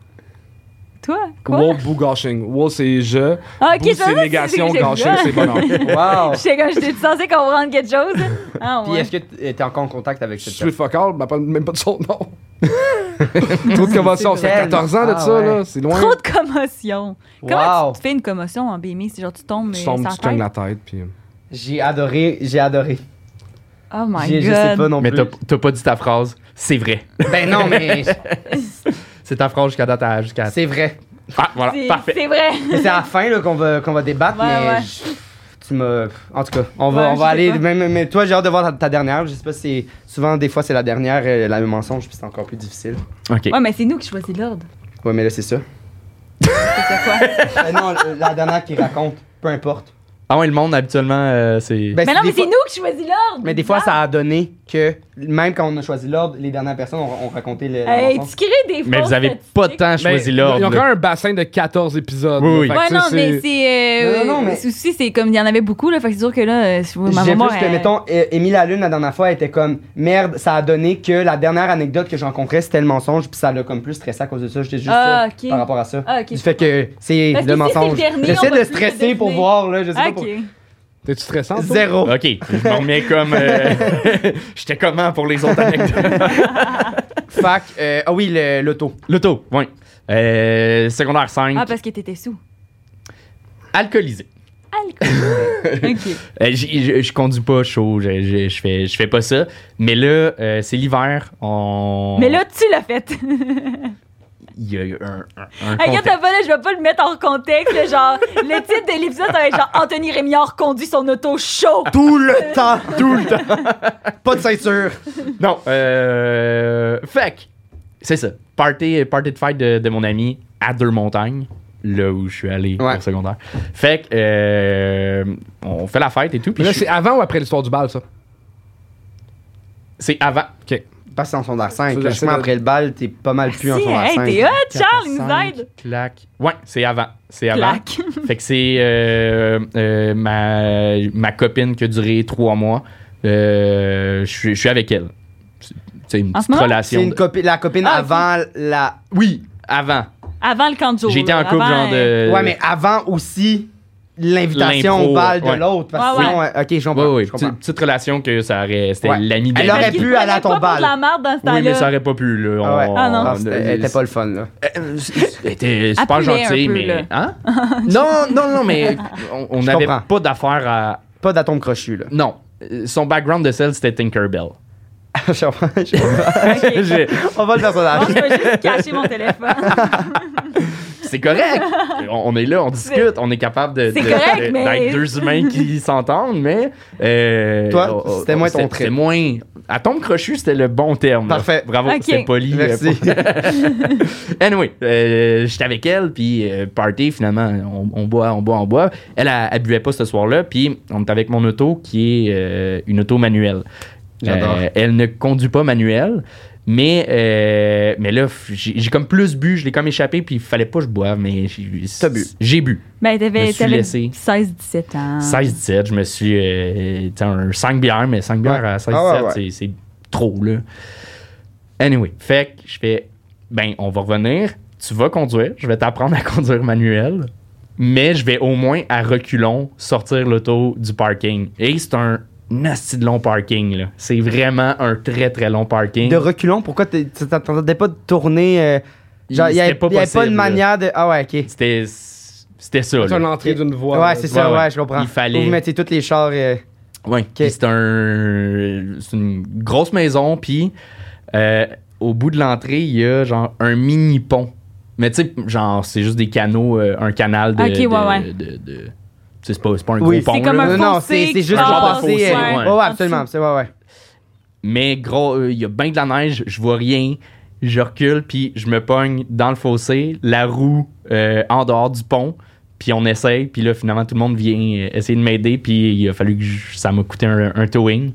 Toi, quoi?
Wobougashing. Wo, c'est je.
Ah,
Bou, c'est négation. Gashing, c'est bonheur.
Wow!
J'étais comme, j'étais censé comprendre quelque chose. Ah,
Puis
ouais.
est-ce que t- t'es encore en contact avec cette
Je suis focal, m'appelle même pas de son nom. Trop de commotion, ça fait
tellement-
14 ans de
Ah
ça,
ouais.
là. C'est loin.
Trop de commotion. Comment
Wow.
tu te fais une commotion en BMI? C'est genre, tu tombes,
tu
mais
tombes,
ça
tu cognes la tête, puis. euh,
J'ai adoré, j'ai adoré.
Oh my
J'ai- je
God.
sais pas non
Mais
plus.
t'as t'as pas dit ta phrase. C'est vrai.
Ben non, mais
C'est ta phrase jusqu'à date. à- Jusqu'à...
c'est vrai.
Ah, voilà,
C'est-
parfait.
C'est vrai.
Mais c'est à la fin là, qu'on va, qu'on va débattre,
Ouais,
mais
ouais.
je- tu me. En tout cas, on va,
Ouais,
on
je
va
sais
aller.
pas.
Même, mais toi, j'ai hâte de voir ta, ta dernière. Je sais pas si. Souvent, des fois, c'est la dernière, euh, la même mensonge, puis c'est encore plus difficile.
OK.
Ouais, mais c'est nous qui choisissons l'ordre.
Ouais, mais là, c'est ça.
C'est quoi?
Ben non, le- la dernière qui raconte, peu importe.
Ah ouais, le monde, habituellement, euh, c'est...
Ben,
Mais non,
des
mais c'est
fois-
nous qui choisissons l'ordre. Ah,
Mais des fois, ça a donné que même quand on a choisi l'ordre, les dernières personnes ont, ont raconté le. la
Hey,
mensonge.
tu crées des
mais vous
fausses
avez pas de
statistiques.
temps à choisir l'ordre.
Il y a
là.
encore un bassin de 14 épisodes.
Oui, oui.
là, fait
Ouais,
que
non,
ça,
mais c'est.
Non,
euh,
non, non, mais-
Le souci, c'est comme il y en avait beaucoup, là. Fait que c'est sûr que là, euh, si vous- ma
J'ai
maman,
plus que,
elle-
mettons, euh, Émile Lune, la dernière fois, elle était comme merde, ça a donné que la dernière anecdote que je rencontrais, c'était le mensonge, puis ça l'a comme plus stressé à cause de ça. J'étais juste
Ah,
ça
ok.
par rapport à ça.
Ah, ok.
Du fait que c'est
Parce que
le
si
mensonge.
c'est le dernier, on
J'essaie
va
de
plus
stresser
le
pour
deviner.
voir, là, je sais
Ah,
pas pour-
Ok.
T'es-tu stressant? toi?
Zéro.
OK, je m'en remets comme... euh, J'étais comment pour les autres anecdotes?
Fac, euh, ah oui, le- l'auto.
L'auto, oui. Euh, secondaire 5,
Ah, parce que t'étais sous.
alcoolisé.
Alcool. ok.
Euh, j'ai- Je je conduis pas chaud, je, je, je fais, je fais pas ça. Mais là, euh, c'est l'hiver, on...
Mais là, tu l'as fait.
Il y a eu un, un, un
Regarde,
contexte.
t'as pas là, je vais pas le mettre en contexte. là, genre, le titre de l'épisode, ça va être genre Anthony Rémillard conduit son auto chaud.
Tout le temps, tout le temps. Pas de ceinture.
Non, euh... Fait que, c'est ça. Party, party de fête de, de mon ami à Deux-Montagnes, là où je suis allé
Ouais.
au secondaire. Fait que, euh, on fait la fête et tout.
Mais
Puis
là,
je-
c'est avant ou après l'histoire du bal, ça?
c'est avant.
Passe en sondage 5.
Ça, j'essaie
Logiquement,
de-
après le bal, t'es pas mal plus en
Ah, Si,
sondage
hey,
5.
t'es hot, Charles, il nous
5,
aide.
Clac. Ouais, c'est avant. C'est avant.
Clac.
Fait que c'est euh, euh, ma, ma copine qui a duré trois mois. Euh, je suis- je suis avec elle. C'est- C'est une
En ce
petite
moment?
relation.
C'est une
de-
copine, la copine
Ah, ok.
avant la.
Oui, avant.
Avant le camp de jour.
J'étais
là,
en couple
avant,
genre
euh,
de.
Ouais, mais avant aussi l'invitation
L'impro,
au bal de
ouais.
l'autre. Parce que
Ouais,
sinon, euh, ok, je
Ouais,
comprends.
ouais,
je comprends.
petite, petite relation que ça aurait. C'était
Ouais.
l'ami
Elle
d'elle.
aurait
Parce qu'il
pu
se
aller à
prenait
ton
pas pour
bal.
de la merde dans ce
Oui, mais ça
temps-là.
aurait pas pu, là.
Ah ouais.
On-
Ah non.
Ah, c'était- elle était pas le fun, là.
Euh, Elle était
Appelez
super
un
gentille,
peu,
mais.
là.
Hein? non, non, non, mais on
Je
n'avait
comprends.
pas d'affaire à.
Pas d'atome crochu, là.
Non. Euh, Son background de celle, c'était Tinkerbell.
Je comprends, je comprends.
J'ai-
On va le
Ah.
personnage.
Bon, je vais juste cacher mon téléphone.
C'est correct. On, on est là, on discute, on est capable de,
C'est
de-
correct,
de-
mais-
d'être deux humains qui s'entendent, mais. euh,
Toi,
on- on-
c'était moins ton
c'était-
trait.
C'était moins. À tombe crochu, c'était le bon terme. là.
Parfait.
Bravo,
Ok.
c'était poli. euh,
Merci.
Anyway, euh, j'étais avec elle, puis euh, party, finalement, on, on boit, on boit, on boit. Elle, elle, elle buvait pas ce soir-là, puis on est avec mon auto, qui est euh, une auto manuelle.
J'adore.
Euh, elle ne conduit pas manuel, mais, euh, mais là, f- j'ai j'ai comme plus bu, je l'ai comme échappé, puis il fallait pas que je boive, mais j'ai-
T'as bu.
J'ai bu.
Ben,
Je
t'avais
me suis
t'avais
laissé.
16-17 ans.
16-17, je me suis. Euh, t'sais, un 5 bières, mais 5 bières à 16-17,
Ah ouais, ouais.
c'est- c'est trop, là. Anyway, fait que je fais. Ben, on va revenir. Tu vas conduire. Je vais t'apprendre à conduire manuel. Mais je vais au moins à reculons sortir l'auto du parking. Et c'est un nasty de long parking, là. C'est vraiment un très, très long parking.
De reculons, pourquoi t'es- tu t'attendais pas de tourner? euh, genre, il n'y avait,
C'était pas
il y avait pas
possible,
une
là.
manière de. Ah ouais, ok.
C'était. C'était ça,
C'est
là.
une entrée d'une voie.
Ouais, c'est ça,
ouais,
ouais,
ouais.
je comprends.
Il fallait-
Vous mettez tous les chars. euh,
Oui. C'est un, c'est une grosse maison, puis euh, au bout de l'entrée, il y a genre un mini pont. Mais tu sais, genre, c'est juste des canaux, euh, un canal de.
Ok, ouais,
de-
ouais.
de- de- tu sais, c'est pas, c'est pas un
Oui,
gros
c'est
pont.
comme
là.
un
Non, non,
fossé
c'est c'est
qui
juste
passe,
pour passer.
ouais.
euh,
Ouais.
ouais, ouais,
En
absolument.
dessous.
c'est- Ouais, ouais.
Mais gros, euh, il y a bien de la neige, je vois rien. Je recule, puis je me pogne dans le fossé, la roue euh, en dehors du pont, puis on essaye, puis là, finalement, tout le monde vient euh, essayer de m'aider, puis il a fallu que je- ça m'a coûté un, un towing.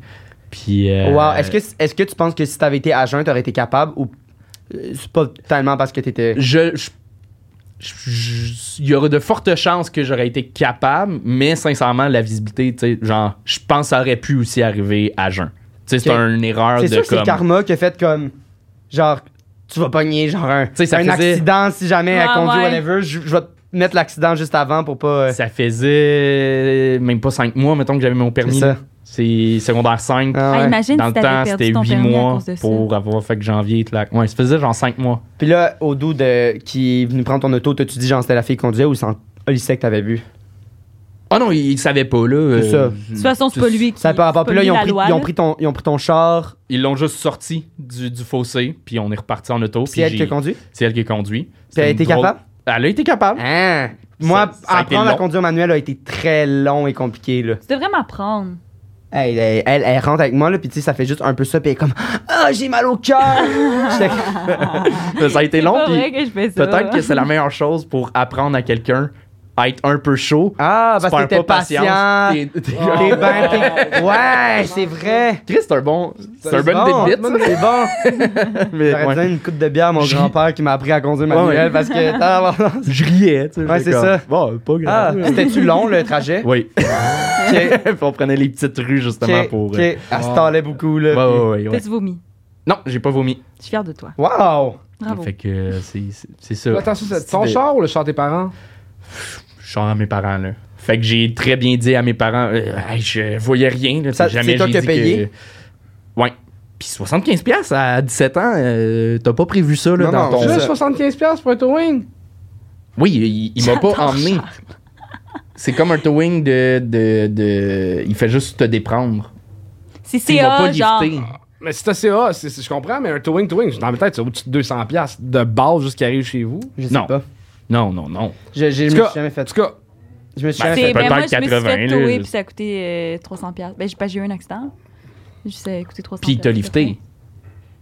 Puis. euh,
Wow. Est-ce que, est-ce que tu penses que si t'avais été agent, t'aurais été capable ou euh, c'est pas tellement parce que t'étais.
je, je- je- je- il y aurait de fortes chances que j'aurais été capable, mais sincèrement, la visibilité, tu sais, genre, je pense que ça aurait pu aussi arriver à jeun. Tu sais, c'est
Ok.
une erreur
C'est
de
sûr que c'est le
comme.
karma qui a fait comme. Genre, tu vas pogner genre un,
sais, ça
un
faisait-
accident si jamais elle
Ouais,
conduit
Ah, ouais.
whatever. Je, je vais te mettre l'accident juste avant pour pas. euh,
Ça faisait même pas 5 mois, mettons que j'avais mon permis.
C'est ça.
là. C'est secondaire 5.
ah
Ah,
ouais.
imagine
Dans
si
le
t'avais
temps,
perdu
c'était
ton
8
permis à
mois
cause de ça.
pour avoir fait que janvier. clac. Ouais, ça faisait genre 5 mois.
Puis là, au dos de qui est venu prendre ton auto, t'as-tu dit genre c'était la fille qui conduisait ou c'est en Olyssec que t'avais vu?
Ah non, il, il savait pas, là.
C'est
euh,
De toute façon, c'est pas lui qui.
Ça par rapport. Puis
c'est
là,
pas
ils ont,
lui
pris,
la loi,
ils ont
là.
pris ton, ils ont pris ton char.
Ils l'ont juste sorti du, du fossé, puis on est reparti en auto.
C'est elle
puis
qui a
j'ai-
conduit.
C'est elle qui a conduit.
Puis elle a
C'était
été
une drôle-
capable?
Elle a été capable.
Hein? Moi,
Ah. ça a été
apprendre à
long.
conduire manuel a été très long et compliqué. Là.
Tu devrais m'apprendre.
Elle, elle, elle- elle rentre avec moi, là, puis tu sais, ça fait juste un peu ça, puis elle est comme Ah, j'ai mal au cœur! J'étais comme,
ça a été
Ah. C'est
long,
pas
puis
vrai que je fais ça.
peut-être que c'est la meilleure chose pour apprendre à quelqu'un à être un peu chaud.
Ah, parce que
Tu perds
t'étais
pas
patient.
patience, t'es- t'es-
T'es ben, t'es- Ouais, c'est vrai!
Chris, c'est un bon. C'est un bon
bon,
débit.
C'est bon!
mais
J'aurais
ouais.
besoin d'une coupe de bière à mon
J'ai-
grand-père qui m'a appris à conduire
Ouais, ouais.
manuel parce que. Ah, bon, non.
Je riais, tu sais.
Ouais, c'est
j'étais comme,
ça.
Bon, pas
Ah,
grave.
c'était-tu long le trajet?
Oui.
Ok,
Puis on prenait les petites rues, justement,
ok,
pour.
ok.
euh,
Elle se tendait beaucoup, là.
Ouais,
puis-
ouais, ouais, ouais.
T'as-tu vomi?
Non, j'ai pas vomi.
Je suis fière de toi.
Wow!
Bravo.
Fait que euh, c'est- c'est c'est ça.
Attention, c'est
C'était-
ton char ou le char des parents?
Je suis à mes parents, là. Fait que j'ai très bien dit à mes parents, euh, Hey, je voyais rien. Là,
Ça,
jamais
c'est toi
j'ai
qui as
dit
payé?
que- Ouais. Puis 75$ piastres à 17 ans, euh, t'as pas prévu ça, là,
Non,
dans
non,
ton.
je-
Juste 75$ pour un towing?
Oui, il, il m'a pas emmené. C'est comme un towing de, de, de- Il fait juste te déprendre.
Si
Il
c'est
m'a pas
A, genre.
lifté.
Mais c'est assez hot, c'est- c'est- je comprends, mais un towing, towing, dans ma tête, c'est au-dessus de 200$ de base jusqu'à arrive chez vous.
Je sais
Non.
pas.
Non, non, non.
Je, je, je
En tout
me
cas-
suis jamais
En
fait.
tout cas,
Je me suis
Ben,
jamais
c'est
fait.
C'est ben, moi,
80,
je me suis fait
là,
touer,
je-
puis ça a coûté euh, 300$. piastres. Ben, j'ai pas j'ai eu un accident. Je sais, coûté 300$.
Puis il t'a lifté.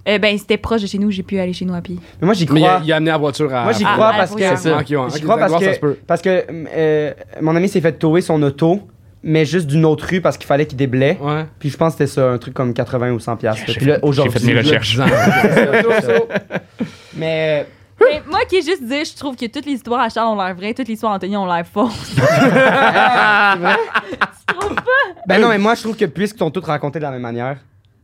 Euh, ben, c'était proche de chez nous, j'ai pu aller chez nous à pied.
Mais moi, j'y
mais euh, il a,
crois.
il a amené la voiture à.
Moi, j'y
Ah,
crois
ah,
parce
oui,
que.
ah,
C'est ça.
Ok, ouais,
J'y
ok,
crois parce
d'accord,
que,
ça se peut.
parce que euh, mon ami s'est fait tower son auto, mais juste d'une autre rue parce qu'il fallait qu'il déblaye.
Ouais.
Puis je pense que c'était ça, un truc comme 80 ou 100 piastres.
J'ai
Puis là,
fait-
aujourd'hui.
j'ai fait mes recherches.
Mais
Mais moi qui ai juste dit, je trouve que toutes les histoires à Charles ont l'air vraies, toutes les histoires à Anthony ont l'air fausses.
euh, ah, ben non, mais moi je trouve que puisqu'ils t'ont toutes raconté de la même manière,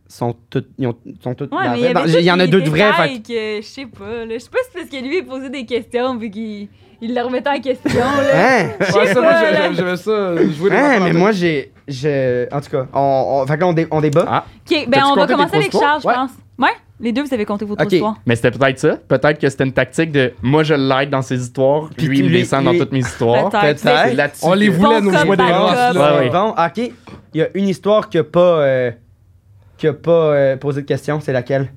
sont toutes. Ils ont- sont toutes
Ouais, mais
navets.
il y,
Ben,
avait
j'ai- il y en a deux de vrais. fait
fait que je sais pas. là. Je sais pas si c'est parce que lui, il posait des questions vu qu'il il la remettait en question.
que-
Là.
Hein?
Je sais
Ouais, ça,
pas,
moi,
là.
j'ai- j'aimais ça. Jouer
Hein,
dans-
mais moi, j'ai. je- En tout cas, on, on- fait que là, on, dé- on débat.
Ah.
Ok, ben
T'as-tu
on
compté
va
tes
commencer
trois
avec
histoires?
Charles, je
Ouais.
pense. Ouais, les deux, vous avez compté vos trois
Ok.
histoires.
Mais c'était peut-être ça. Peut-être que c'était une tactique de moi je l'aide dans ses histoires,
Puis
lui il
lui-
descend dans
lui-
toutes mes histoires.
Peut-être.
C'est là-dessus
On les
que-
voulait,
Bon
nous
cop,
jouer des
bad
rosses,
cop.
là.
Ouais, ouais.
Bon, ah, ok. Il y a une histoire qui a pas. euh, qui a pas euh, posé de question, c'est laquelle?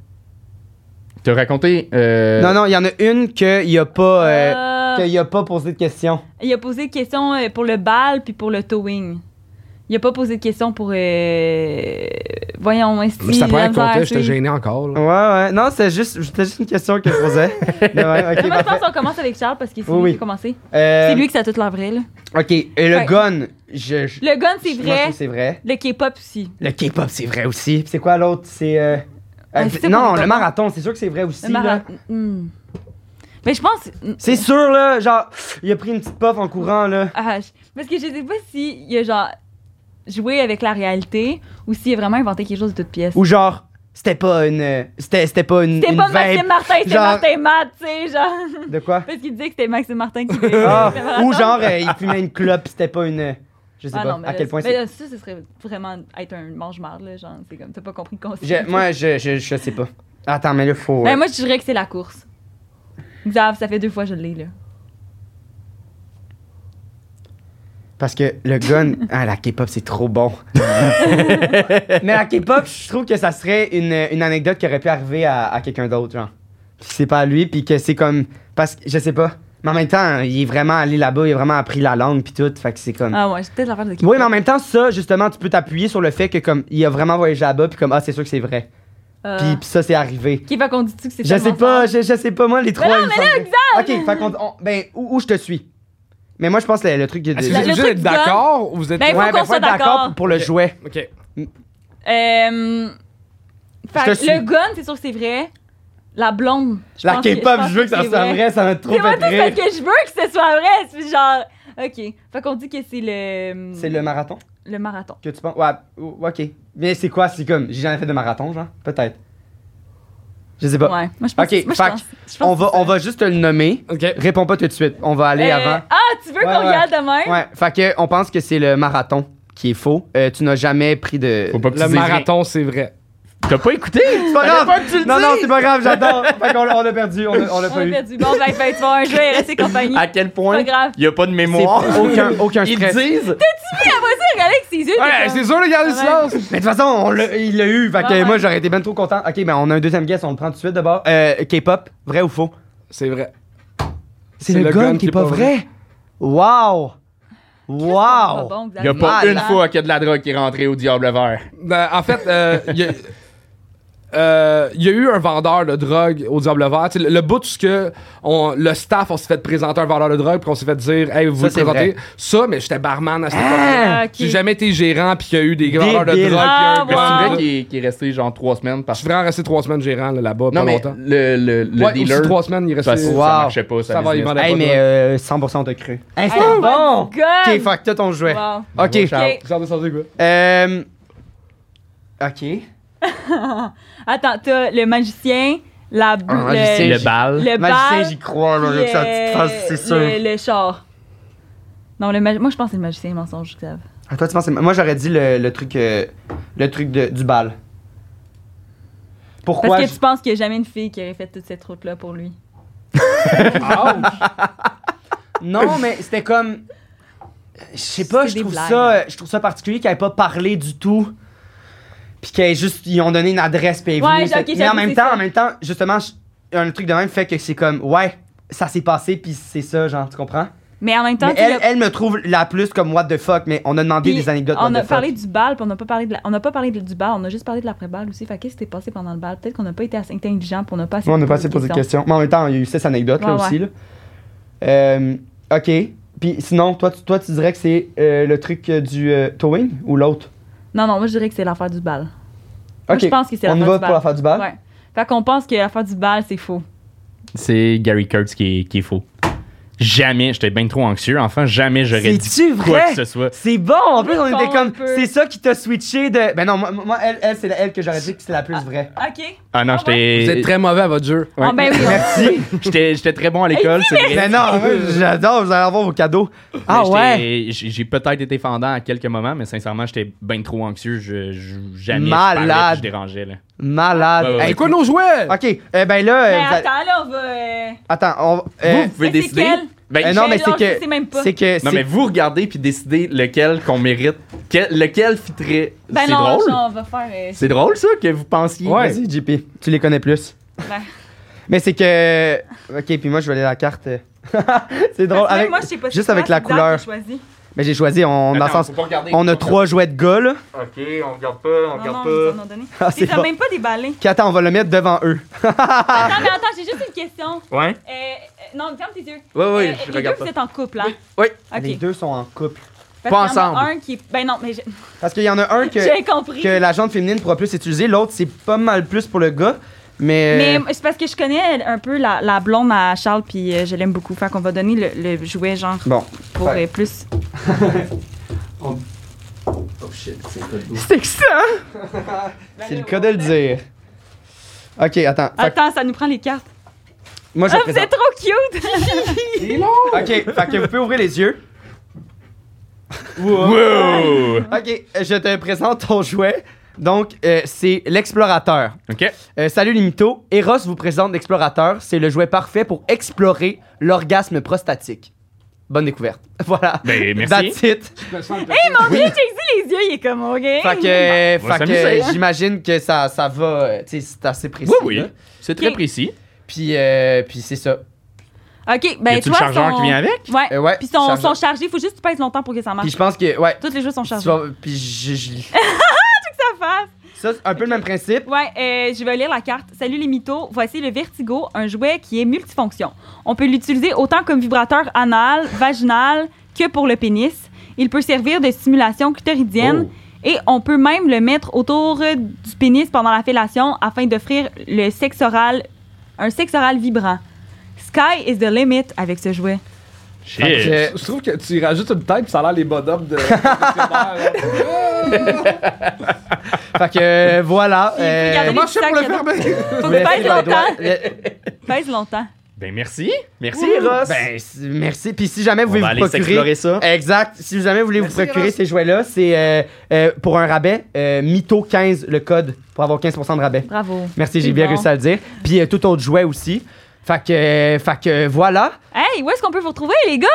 T'as raconté. euh,
Non, non, il y en a une qu'il a pas. euh,
Euh,
qu'il a pas posé de question.
Il a posé des questions euh, pour le bal puis pour le towing. Il a pas posé de questions pour. euh, Voyons, est-ce
Mais C'est la
qu'il a
première
misère à
qu'on j'étais
suivre?
gêné encore. là.
Ouais, ouais. Non, c'était juste, c'était juste une question que je posais. Mais ouais, ok,
Ben, Moi, je
parfait.
pense qu'on commence avec Charles parce que c'est
Oui,
lui
oui.
qui a commencé.
Euh,
C'est lui qui ça toute l'avril.
Ok, et le
Ouais.
gun, je. je-
Le gun, c'est
je- moi, je
vrai.
trouve que c'est vrai.
Le K-pop aussi.
Le K-pop, c'est vrai aussi. Puis C'est quoi l'autre C'est. euh,
Ah,
euh,
c'est
non,
pour les
le
copains.
marathon, c'est sûr que c'est vrai aussi.
Le
là.
marathon. Hmm. Mais je pense. hmm,
C'est sûr, là, genre, il a pris une petite puff en courant, là.
Ah, je- parce que je sais pas s'il a genre joué avec la réalité ou s'il a vraiment inventé quelque chose de toute pièce.
Ou genre, c'était pas une. C'était, c'était pas une.
C'était
une
pas
vape.
Maxime Martin, c'était
genre-
Martin Matt, tu sais, genre.
De quoi
Parce qu'il disait que c'était Maxime Martin qui faisait.
Ah, Ou genre, euh, il fumait une clope, c'était pas une. Je sais
Ah
pas
non, mais
à
là,
quel point
mais
c'est.
là, ça, ce serait vraiment être un mange-marde, là. Genre, c'est comme, t'as pas compris le concept.
Je- moi, je, je, je sais pas. Attends, mais là, faut.
Ben,
euh,
moi, je dirais que c'est la course. Xav, ça fait deux fois que je l'ai, là.
Parce que le gun, ah, la K-pop, c'est trop bon. Mais la K-pop, je trouve que ça serait une, une anecdote qui aurait pu arriver à, à quelqu'un d'autre, genre. Puis c'est pas à lui, puis que c'est comme. Parce que je sais pas. Mais en même temps, il est vraiment allé là-bas, il a vraiment appris la langue, puis tout. Fait que c'est comme.
Ah ouais, c'est peut-être l'affaire de
Hmm. Oui, mais en même temps, ça, justement, tu peux t'appuyer sur le fait que, comme, il a vraiment voyagé là-bas, puis comme, ah, c'est sûr que c'est vrai.
Euh,
Puis, puis ça, c'est arrivé.
Qui va qu'on dit que c'est
Je sais
tellement
pas,
fort?
je, je sais pas, moi, les trois.
non,
ils me semblent- Ok, fait qu'on. on- Ben, où, où je te suis? Mais moi, je pense que le, le truc. de-
Est-ce que
Le-
vous
le
êtes
truc
juste d'accord ou vous êtes.
Ben, faut
Ouais,
qu'on
ben, faut
soit
être d'accord
d'accord.
pour le
Ok.
jouet.
Ok.
Euh, fait
te
que
suis.
le gun, c'est sûr que c'est vrai. La blonde. je
La
pense que-
K-pop,
pense
je veux que ça
c'est
soit vrai, ça m'a trop
C'est moi
fait
tout parce
rire.
que je veux que ce soit vrai. C'est genre, ok. Fait qu'on dit que c'est le.
C'est le marathon
le marathon.
que tu penses? Ouais, ou- ok. Mais c'est quoi? C'est comme, j'ai jamais fait de marathon, genre? Peut-être. Je sais pas.
Ouais. Moi je pense.
Ok,
moi, je
fait
pense- je pense
On,
que
va,
c'est
on
ça.
va juste te le nommer.
Ok.
Réponds pas tout de suite, on va aller
Euh,
avant.
Ah, tu veux
Ouais,
qu'on
ouais.
regarde demain?
Ouais, fait que on pense que c'est le marathon qui est faux. Euh, tu n'as jamais pris de.
Faut pas que tu
Le
dises rien.
marathon, c'est vrai.
T'as pas écouté?
C'est pas grave! non, non, c'est pas grave, j'adore! fait qu'on l'a- on l'a perdu, on l'a on l'a
On
pas
a
eu.
perdu. Bon, ben, ben, tu vas un jeu et rester compagnie.
À quel
Pas
point
grave.
il y a pas de
C'est
mémoire?
aucun, aucun
Ils
stress.
disent
Regardez avec ses yeux.
Ouais,
t'es
c'est sûr de garder le
Ouais.
silence.
Mais de toute façon, on l'a- il l'a eu. Fait que
Ouais, ouais.
moi, j'aurais été bien trop content. Ok, ben on a un deuxième guess, on le prend tout de suite d'abord. Euh, K-pop, vrai ou faux?
C'est vrai.
C'est le, gun qui est pas vrai. Wow!
comme-
Wow! Ah,
Bon, vous
Il y a
avez
pas
mal,
une
hein.
fois qu'il y a de la drogue qui est rentrée au Diable Vert.
Ben, en fait, euh, il y a- euh, il y a eu un vendeur de drogue au Diable Vert. Tu sais, Le, le bout, de ce que on- le staff, on s'est fait présenter un vendeur de drogue, puis on s'est fait dire, hey, vous
Ça,
vous
c'est
présentez. Ça, mais j'étais barman à cette époque-là.
Ah,
Hein?
ok.
J'ai jamais été gérant, puis qu'il y a eu des vendeurs de drogue.
Débile.
puis un
Ah,
gars-
Mais C'est
Wow.
vrai qu'il est, qu'il est resté genre trois semaines
Je
parce
suis vraiment resté trois semaines gérant là, là-bas, pas
Non, mais
longtemps.
le, le, le
ouais,
dealer.
aussi trois semaines, il est
parce que
resté.
ça
Wow.
marchait pas, ça
Ça va, il vendait
Hey,
pas de
mais
drogue.
euh, 100% de cru. Hey, c'est
Ah,
bon!
Gun!
Ok, fuck, t'as ton jouet.
Wow.
Ok.
Bravo, Charles.
Ok.
Genre de santé, quoi.
Euh. Ok.
Attends, t'as le magicien, la boule,
Un magicien,
le,
Le bal.
le
Magicien,
bal,
j'y crois,
puis,
là, que ça
euh,
te fasse, c'est sûr.
le, le char. Non, le magi- moi je pense que c'est le magicien mensonge, Xav.
Ah, toi, tu penses. Moi, j'aurais dit le, le truc. euh, le truc de, du bal.
Parce
Pourquoi?
que
je-
tu penses qu'il n'y a jamais une fille qui aurait fait toute cette route-là pour lui.
Non, mais c'était comme. Je sais pas,
C'est
je
des
trouve,
blagues.
ça, euh, je trouve ça particulier qu'elle ait pas parlé du tout. Puis qu'elle juste. Ils ont donné une adresse, puis elle est
Ouais,
venue.
j'ai- ok,
mais en
j'avoue,
même
c'est
temps,
ça.
en même temps, justement, je- un truc de même fait que c'est comme. Ouais, ça s'est passé, puis c'est ça, genre, tu comprends?
Mais en même temps,
Mais
tu
elle,
l'as-
elle me trouve la plus comme what the fuck, mais on a demandé
puis
des anecdotes. what
On a
the fuck.
parlé du bal, puis on n'a pas parlé de la- on n'a pas parlé de- du bal, on a juste parlé de l'après-bal aussi. Fait qu'est-ce qui s'est passé pendant le bal Peut-être qu'on n'a pas été assez intelligent, puis on n'a pas assez
Ouais, on a passé pour des questions. Mais en même temps, il y a eu 6 anecdotes là
Ouais, ouais.
aussi. Là. Euh, ok. Puis sinon, toi, tu, toi, tu dirais que c'est euh, le truc euh, du euh, towing ou l'autre?
Non, non, moi je dirais que c'est l'affaire du bal. Moi,
Ok.
je pense que c'est
on y
l'affaire
va
du bal.
pour l'affaire du bal.
Ouais. Fait qu'on pense que l'affaire du bal, c'est faux.
C'est Gary Kurtz qui est, qui est faux. jamais, j'étais bien trop anxieux. Enfin, jamais j'aurais dit
C'est-tu
quoi
vrai?
que ce soit.
C'est bon, en plus, on
Bon,
était
un
comme.
peu.
C'est ça qui t'a switché de. Ben non, moi, moi, elle, elle c'est la- elle que j'aurais dit que c'était la plus vraie.
OK.
Ah non,
Ah
j'étais.
Vous êtes très mauvais à votre jeu.
Ouais.
Ah, ben oui.
Merci.
J'étais j'étais très bon à l'école, c'est vrai.
Mais non, moi, j'adore, vous allez avoir vos cadeaux.
Mais
Ah
j'étais-
ouais?
J'ai j'ai peut-être été fendant à quelques moments, mais sincèrement, j'étais bien trop anxieux. Je, je- jamais je
Malade.
parlais puis je dérangeais. Là.
Malade.
Ouais, ouais, ouais.
C'est
Hey,
quoi nos jouets?
Ok, eh ben là.
Mais
euh, vous a-
attends, là, on va. euh,
Attends, on. euh,
vous, vous
mais
pouvez
c'est
décider.
quel?
Ben,
eh non, mais
je-
c'est
non, je
que.
sais même pas.
C'est que.
non,
c'est-
mais vous regardez puis décidez lequel qu'on mérite, quel- lequel fitterait.
Ben
c'est
non,
drôle.
genre, on va faire. euh,
C'est drôle ça que vous pensiez.
Ouais.
Vas-y, JP, tu les connais plus.
euh, ben,
Mais c'est que. Ok, puis moi, je vais aller la carte. euh. c'est drôle.
parce que même
Avec...
moi, je sais pas
juste
c'est
avec
quoi,
la
c'est bizarre
couleur.
que j'ai choisi.
Mais j'ai choisi, on, dans le sens- on a trois jouets de gars, là.
Ok, on regarde pas,
Non,
on
non, ils en ont donné.
Ah,
Ils
c'est
ont
bon.
même pas déballé.
Puis attends, on va le mettre devant eux. Ah.
Attends, mais attends, j'ai juste une question.
Ouais.
Euh, euh, non, ferme tes yeux.
Ouais, ouais,
Euh,
je
les
regarde
deux,
pas.
vous êtes en couple, hein?
Oui.
Les
OK.
deux sont en couple.
Parce
Pas
qu'il y en a
ensemble.
un qui... Ben non, mais j'ai
Parce qu'il y en a un que,
j'ai compris.
que la jante féminine pourra plus utiliser, l'autre, c'est pas mal plus pour le gars. Mais.
Mais c'est parce que je connais un peu la, la blonde à Charles, puis euh, je l'aime beaucoup. Fait qu'on va donner le, le jouet, genre,
Bon,
pour
Ouais.
euh, plus...
Oh shit, c'est
C'est que ça!
euh, c'est le cas de le dire. Ok, attends. Fait que
Attends, ça nous prend les cartes.
moi, je
Ah,
le
vous êtes
présente.
trop cute!
Ok, fait que vous pouvez ouvrir les yeux.
euh,
Wow!
Ok, je te présente ton jouet. Donc, euh, c'est l'explorateur.
Ok.
Euh, salut les mythos. Eros vous présente l'explorateur. C'est le jouet parfait pour explorer l'orgasme prostatique. Bonne découverte. Voilà.
Ben, merci.
That's it.
Mon Dieu, j'ai dit les yeux, il est comme, OK.
Fait que, euh,
Bah, On va
fait que,
s'amuser. hein.
euh, j'imagine que ça, ça va. euh, Tu sais, c'est assez précis.
Oui, oui.
là.
C'est très
Ok.
précis.
Puis, euh, puis c'est ça.
OK, ben
y a-tu
toi,
le chargeur
son-
qui vient avec?
Ouais.
Euh, ouais.
Puis son,
chargeur.
sont chargés, il faut juste que tu pèses longtemps pour que ça marche.
Puis je pense que. Ouais.
Toutes les jeux sont
Tu
chargés.
vas- puis je- je-
Ça fasse.
ça, c'est un peu le même principe.
Ouais, euh, je vais lire la carte. Salut les mythos, voici le Vertigo, un jouet qui est multifonction. On peut l'utiliser autant comme vibrateur anal, vaginal que pour le pénis. Il peut servir de stimulation clitoridienne et on peut même le mettre autour euh, du pénis pendant la fellation afin d'offrir le sexe oral, un sexe oral vibrant. Sky is the limit avec ce jouet.
Shit.
Fait que,
Je trouve que tu y rajoutes une tête pis ça a l'air les bonhommes de.
fait que, euh, voilà. euh,
Puis, regardez
Comment je fais pour
Sac
le
à dos.
fermer?
Faut
vous
que tu
laissez
pèses
les doigts.
longtemps.
Le-
Pèse longtemps.
Ben merci. Merci,
Ouh.
Ross.
Ben, c- merci. Puis si jamais vous
on
voulez
va
vous
aller
procurer.
s'explorer ça.
Exact. Si jamais vous voulez vous
Merci,
procurer
Ross.
ces jouets-là, c'est euh, euh, pour un rabais, euh, Mytho15, le code, pour avoir 15% de rabais.
Bravo.
Merci, j'ai
C'est
bien
bon.
réussi à le dire. Puis euh, tout autre jouet aussi. Fait que, euh, fait que euh, voilà.
Hey, où est-ce qu'on peut vous retrouver, les gars?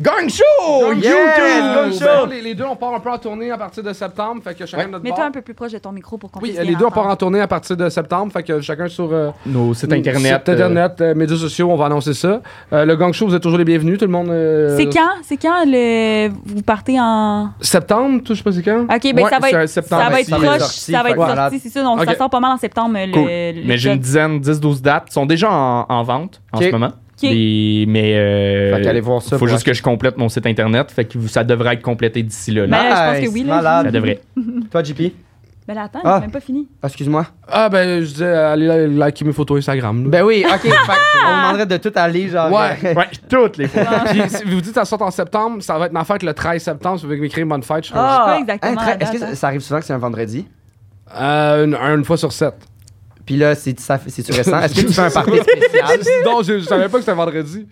Gang
oh,
Show!
Gang
Ben,
Show!
YouTube!
show.
Les les deux, on part un peu en tournée à partir de septembre. Fait que chacun de notre
Mets-toi un
bord.
peu plus proche de ton micro pour qu'on
Oui,
puisse
euh,
bien
les deux, on part
entendre.
en tournée à partir de septembre. Fait que chacun sur. euh,
Nos sites internet.
Site internet, euh, médias sociaux, on va annoncer ça. Euh, le gang show, vous êtes toujours les bienvenus, tout le monde. euh,
C'est quand? C'est quand le... vous partez en.
Septembre, tout, je sais pas c'est quand.
Ok, ben
Ouais,
ça va
c'est
être.
septembre,
ça va être
si,
proche,
sorti,
ça va
fait
être
que voilà.
sorti, c'est ça. Donc
Ok.
ça sort pas mal en septembre. le-
Cool.
le-
mais j'ai une
le-
dizaine, 10-12 dates. Ils sont déjà en, en vente
Ok.
en ce moment.
Ok.
Et- mais euh,
Fait qu'allez voir ça
faut
pour
juste que je complète mon site internet. Fait que ça devrait être complété d'ici là.
Ben,
là.
je pense
Nice,
que oui. Là,
malade.
ça devrait.
Toi, JP.
Mais là, attends,
Ah.
j'ai même pas fini.
Ah, Excuse-moi.
Ah, ben, je disais, euh, allez euh, liker mes photos Instagram. là.
Ben oui, ok. fait que
Ah!
on demanderait de tout aller, genre. euh,
Ouais.
Ouais, toutes les fois.
Puis, si vous dites, ça sort en septembre, ça va être ma fête le 13 septembre, si vous voulez m'écrire bonne fête, je serai-
Ah. pas
Hein,
exactement la
Est-ce que
date,
ça,
hein.
ça arrive souvent que c'est un vendredi?
Ah.
Euh, une, une fois sur sept.
Puis là, c'est ça- c'est-tu récent? Est-ce que tu fais un party spécial?
non, je, je savais pas que c'était vendredi.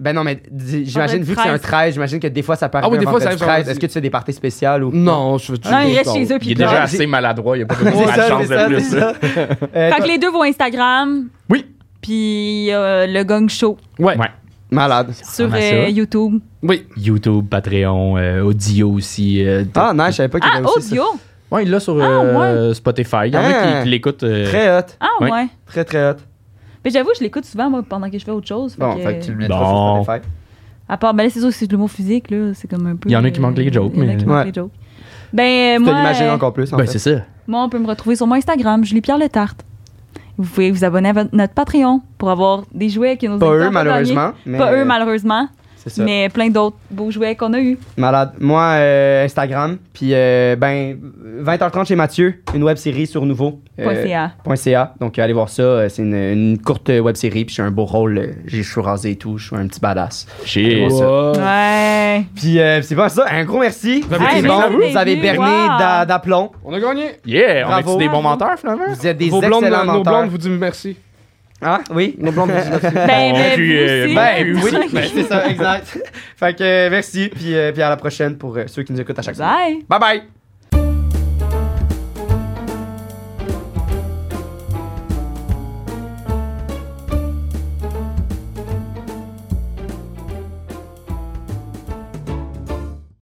Ben non, mais dis- j'imagine,
Vendredi
vu que c'est un
13.
13, j'imagine que des fois ça peut
Ah
arriver
oui, des
un
fois, ça
vendredi
arrive
13.
vendredi.
Est-ce que tu fais des parties spéciales ou.
Non,
Ah,
je veux
Non, il reste chez eux.
Il
Puis
est déjà
pleure.
j'ai-
assez maladroit. Il n'y a pas de
C'est ça,
malchance
c'est
de
ça,
plus.
c'est
là.
ça. Euh,
Fait
toi-
que les deux vont Instagram.
Oui.
Puis euh, le Gong Show
Ouais.
Ouais.
Malade.
sur
ressemble à ça.
euh, YouTube.
Oui.
YouTube, Patreon, euh, audio aussi. euh,
Ah, non, je savais pas qu'il y
Ah,
avait aussi ça.
audio.
Ouais, il l'a sur
Ah,
euh, Spotify. Il y en a
Ah.
qui, qui l'écoutent. euh,
Très hot.
Ah,
Ouais.
ouais.
Très, très hot.
Mais j'avoue, je l'écoute souvent, moi, pendant que je fais autre chose. fait
Bon,
que-
fait que tu le mettras
Bon.
sur Spotify.
À part, ben là, c'est sûr que c'est de l'humour physique, là. C'est comme un peu.
Il y en a qui
euh,
manquent les jokes,
il y en a
mais-
qui manquent
Ouais.
les jokes. Ben,
Tu te
moi.
l'imagines
euh,
encore plus, en
Ben,
fait.
c'est ça.
Moi, on peut me retrouver sur mon Instagram, Julie Pierre Le Tarte. Vous pouvez vous abonner à vo- notre Patreon pour avoir des jouets que nos
Pas
auditeurs
eux,
peuvent gagner.
malheureusement. mais-
Pas eux, malheureusement.
C'est ça.
mais plein d'autres beaux jouets qu'on a eus.
Malade. Moi, euh, Instagram. Puis, euh, ben, 20h30 chez Mathieu, une web série sur Nouveau. euh,
Point .ca.
point .ca. Donc, euh, allez voir ça. Euh, C'est une, une courte web série. Puis, j'ai un beau rôle. euh, J'ai les cheveux rasés et tout. Je suis un petit badass.
Shit.
Oh.
Wow.
Ouais.
Puis, euh, c'est pas ça. Un gros merci. Vous
avez
êtes
été
bons.
bon.
Vous avez
Wow.
berné d'a- d'aplomb.
On a gagné.
Yeah, on
Bravo.
est-tu des bons menteurs, finalement?
Vous êtes des
Vos blondes,
excellents
nos
menteurs.
blondes vous disent merci.
Ah, oui. Nos blondes
Ben,
On
ben,
puis,
vous
euh,
aussi.
Ben
Vous
oui,
aussi.
ben, c'est ça, exact. fait que euh, merci, puis, euh, puis à la prochaine pour euh, ceux qui nous écoutent à chaque semaine. Bye
Bye.
bye!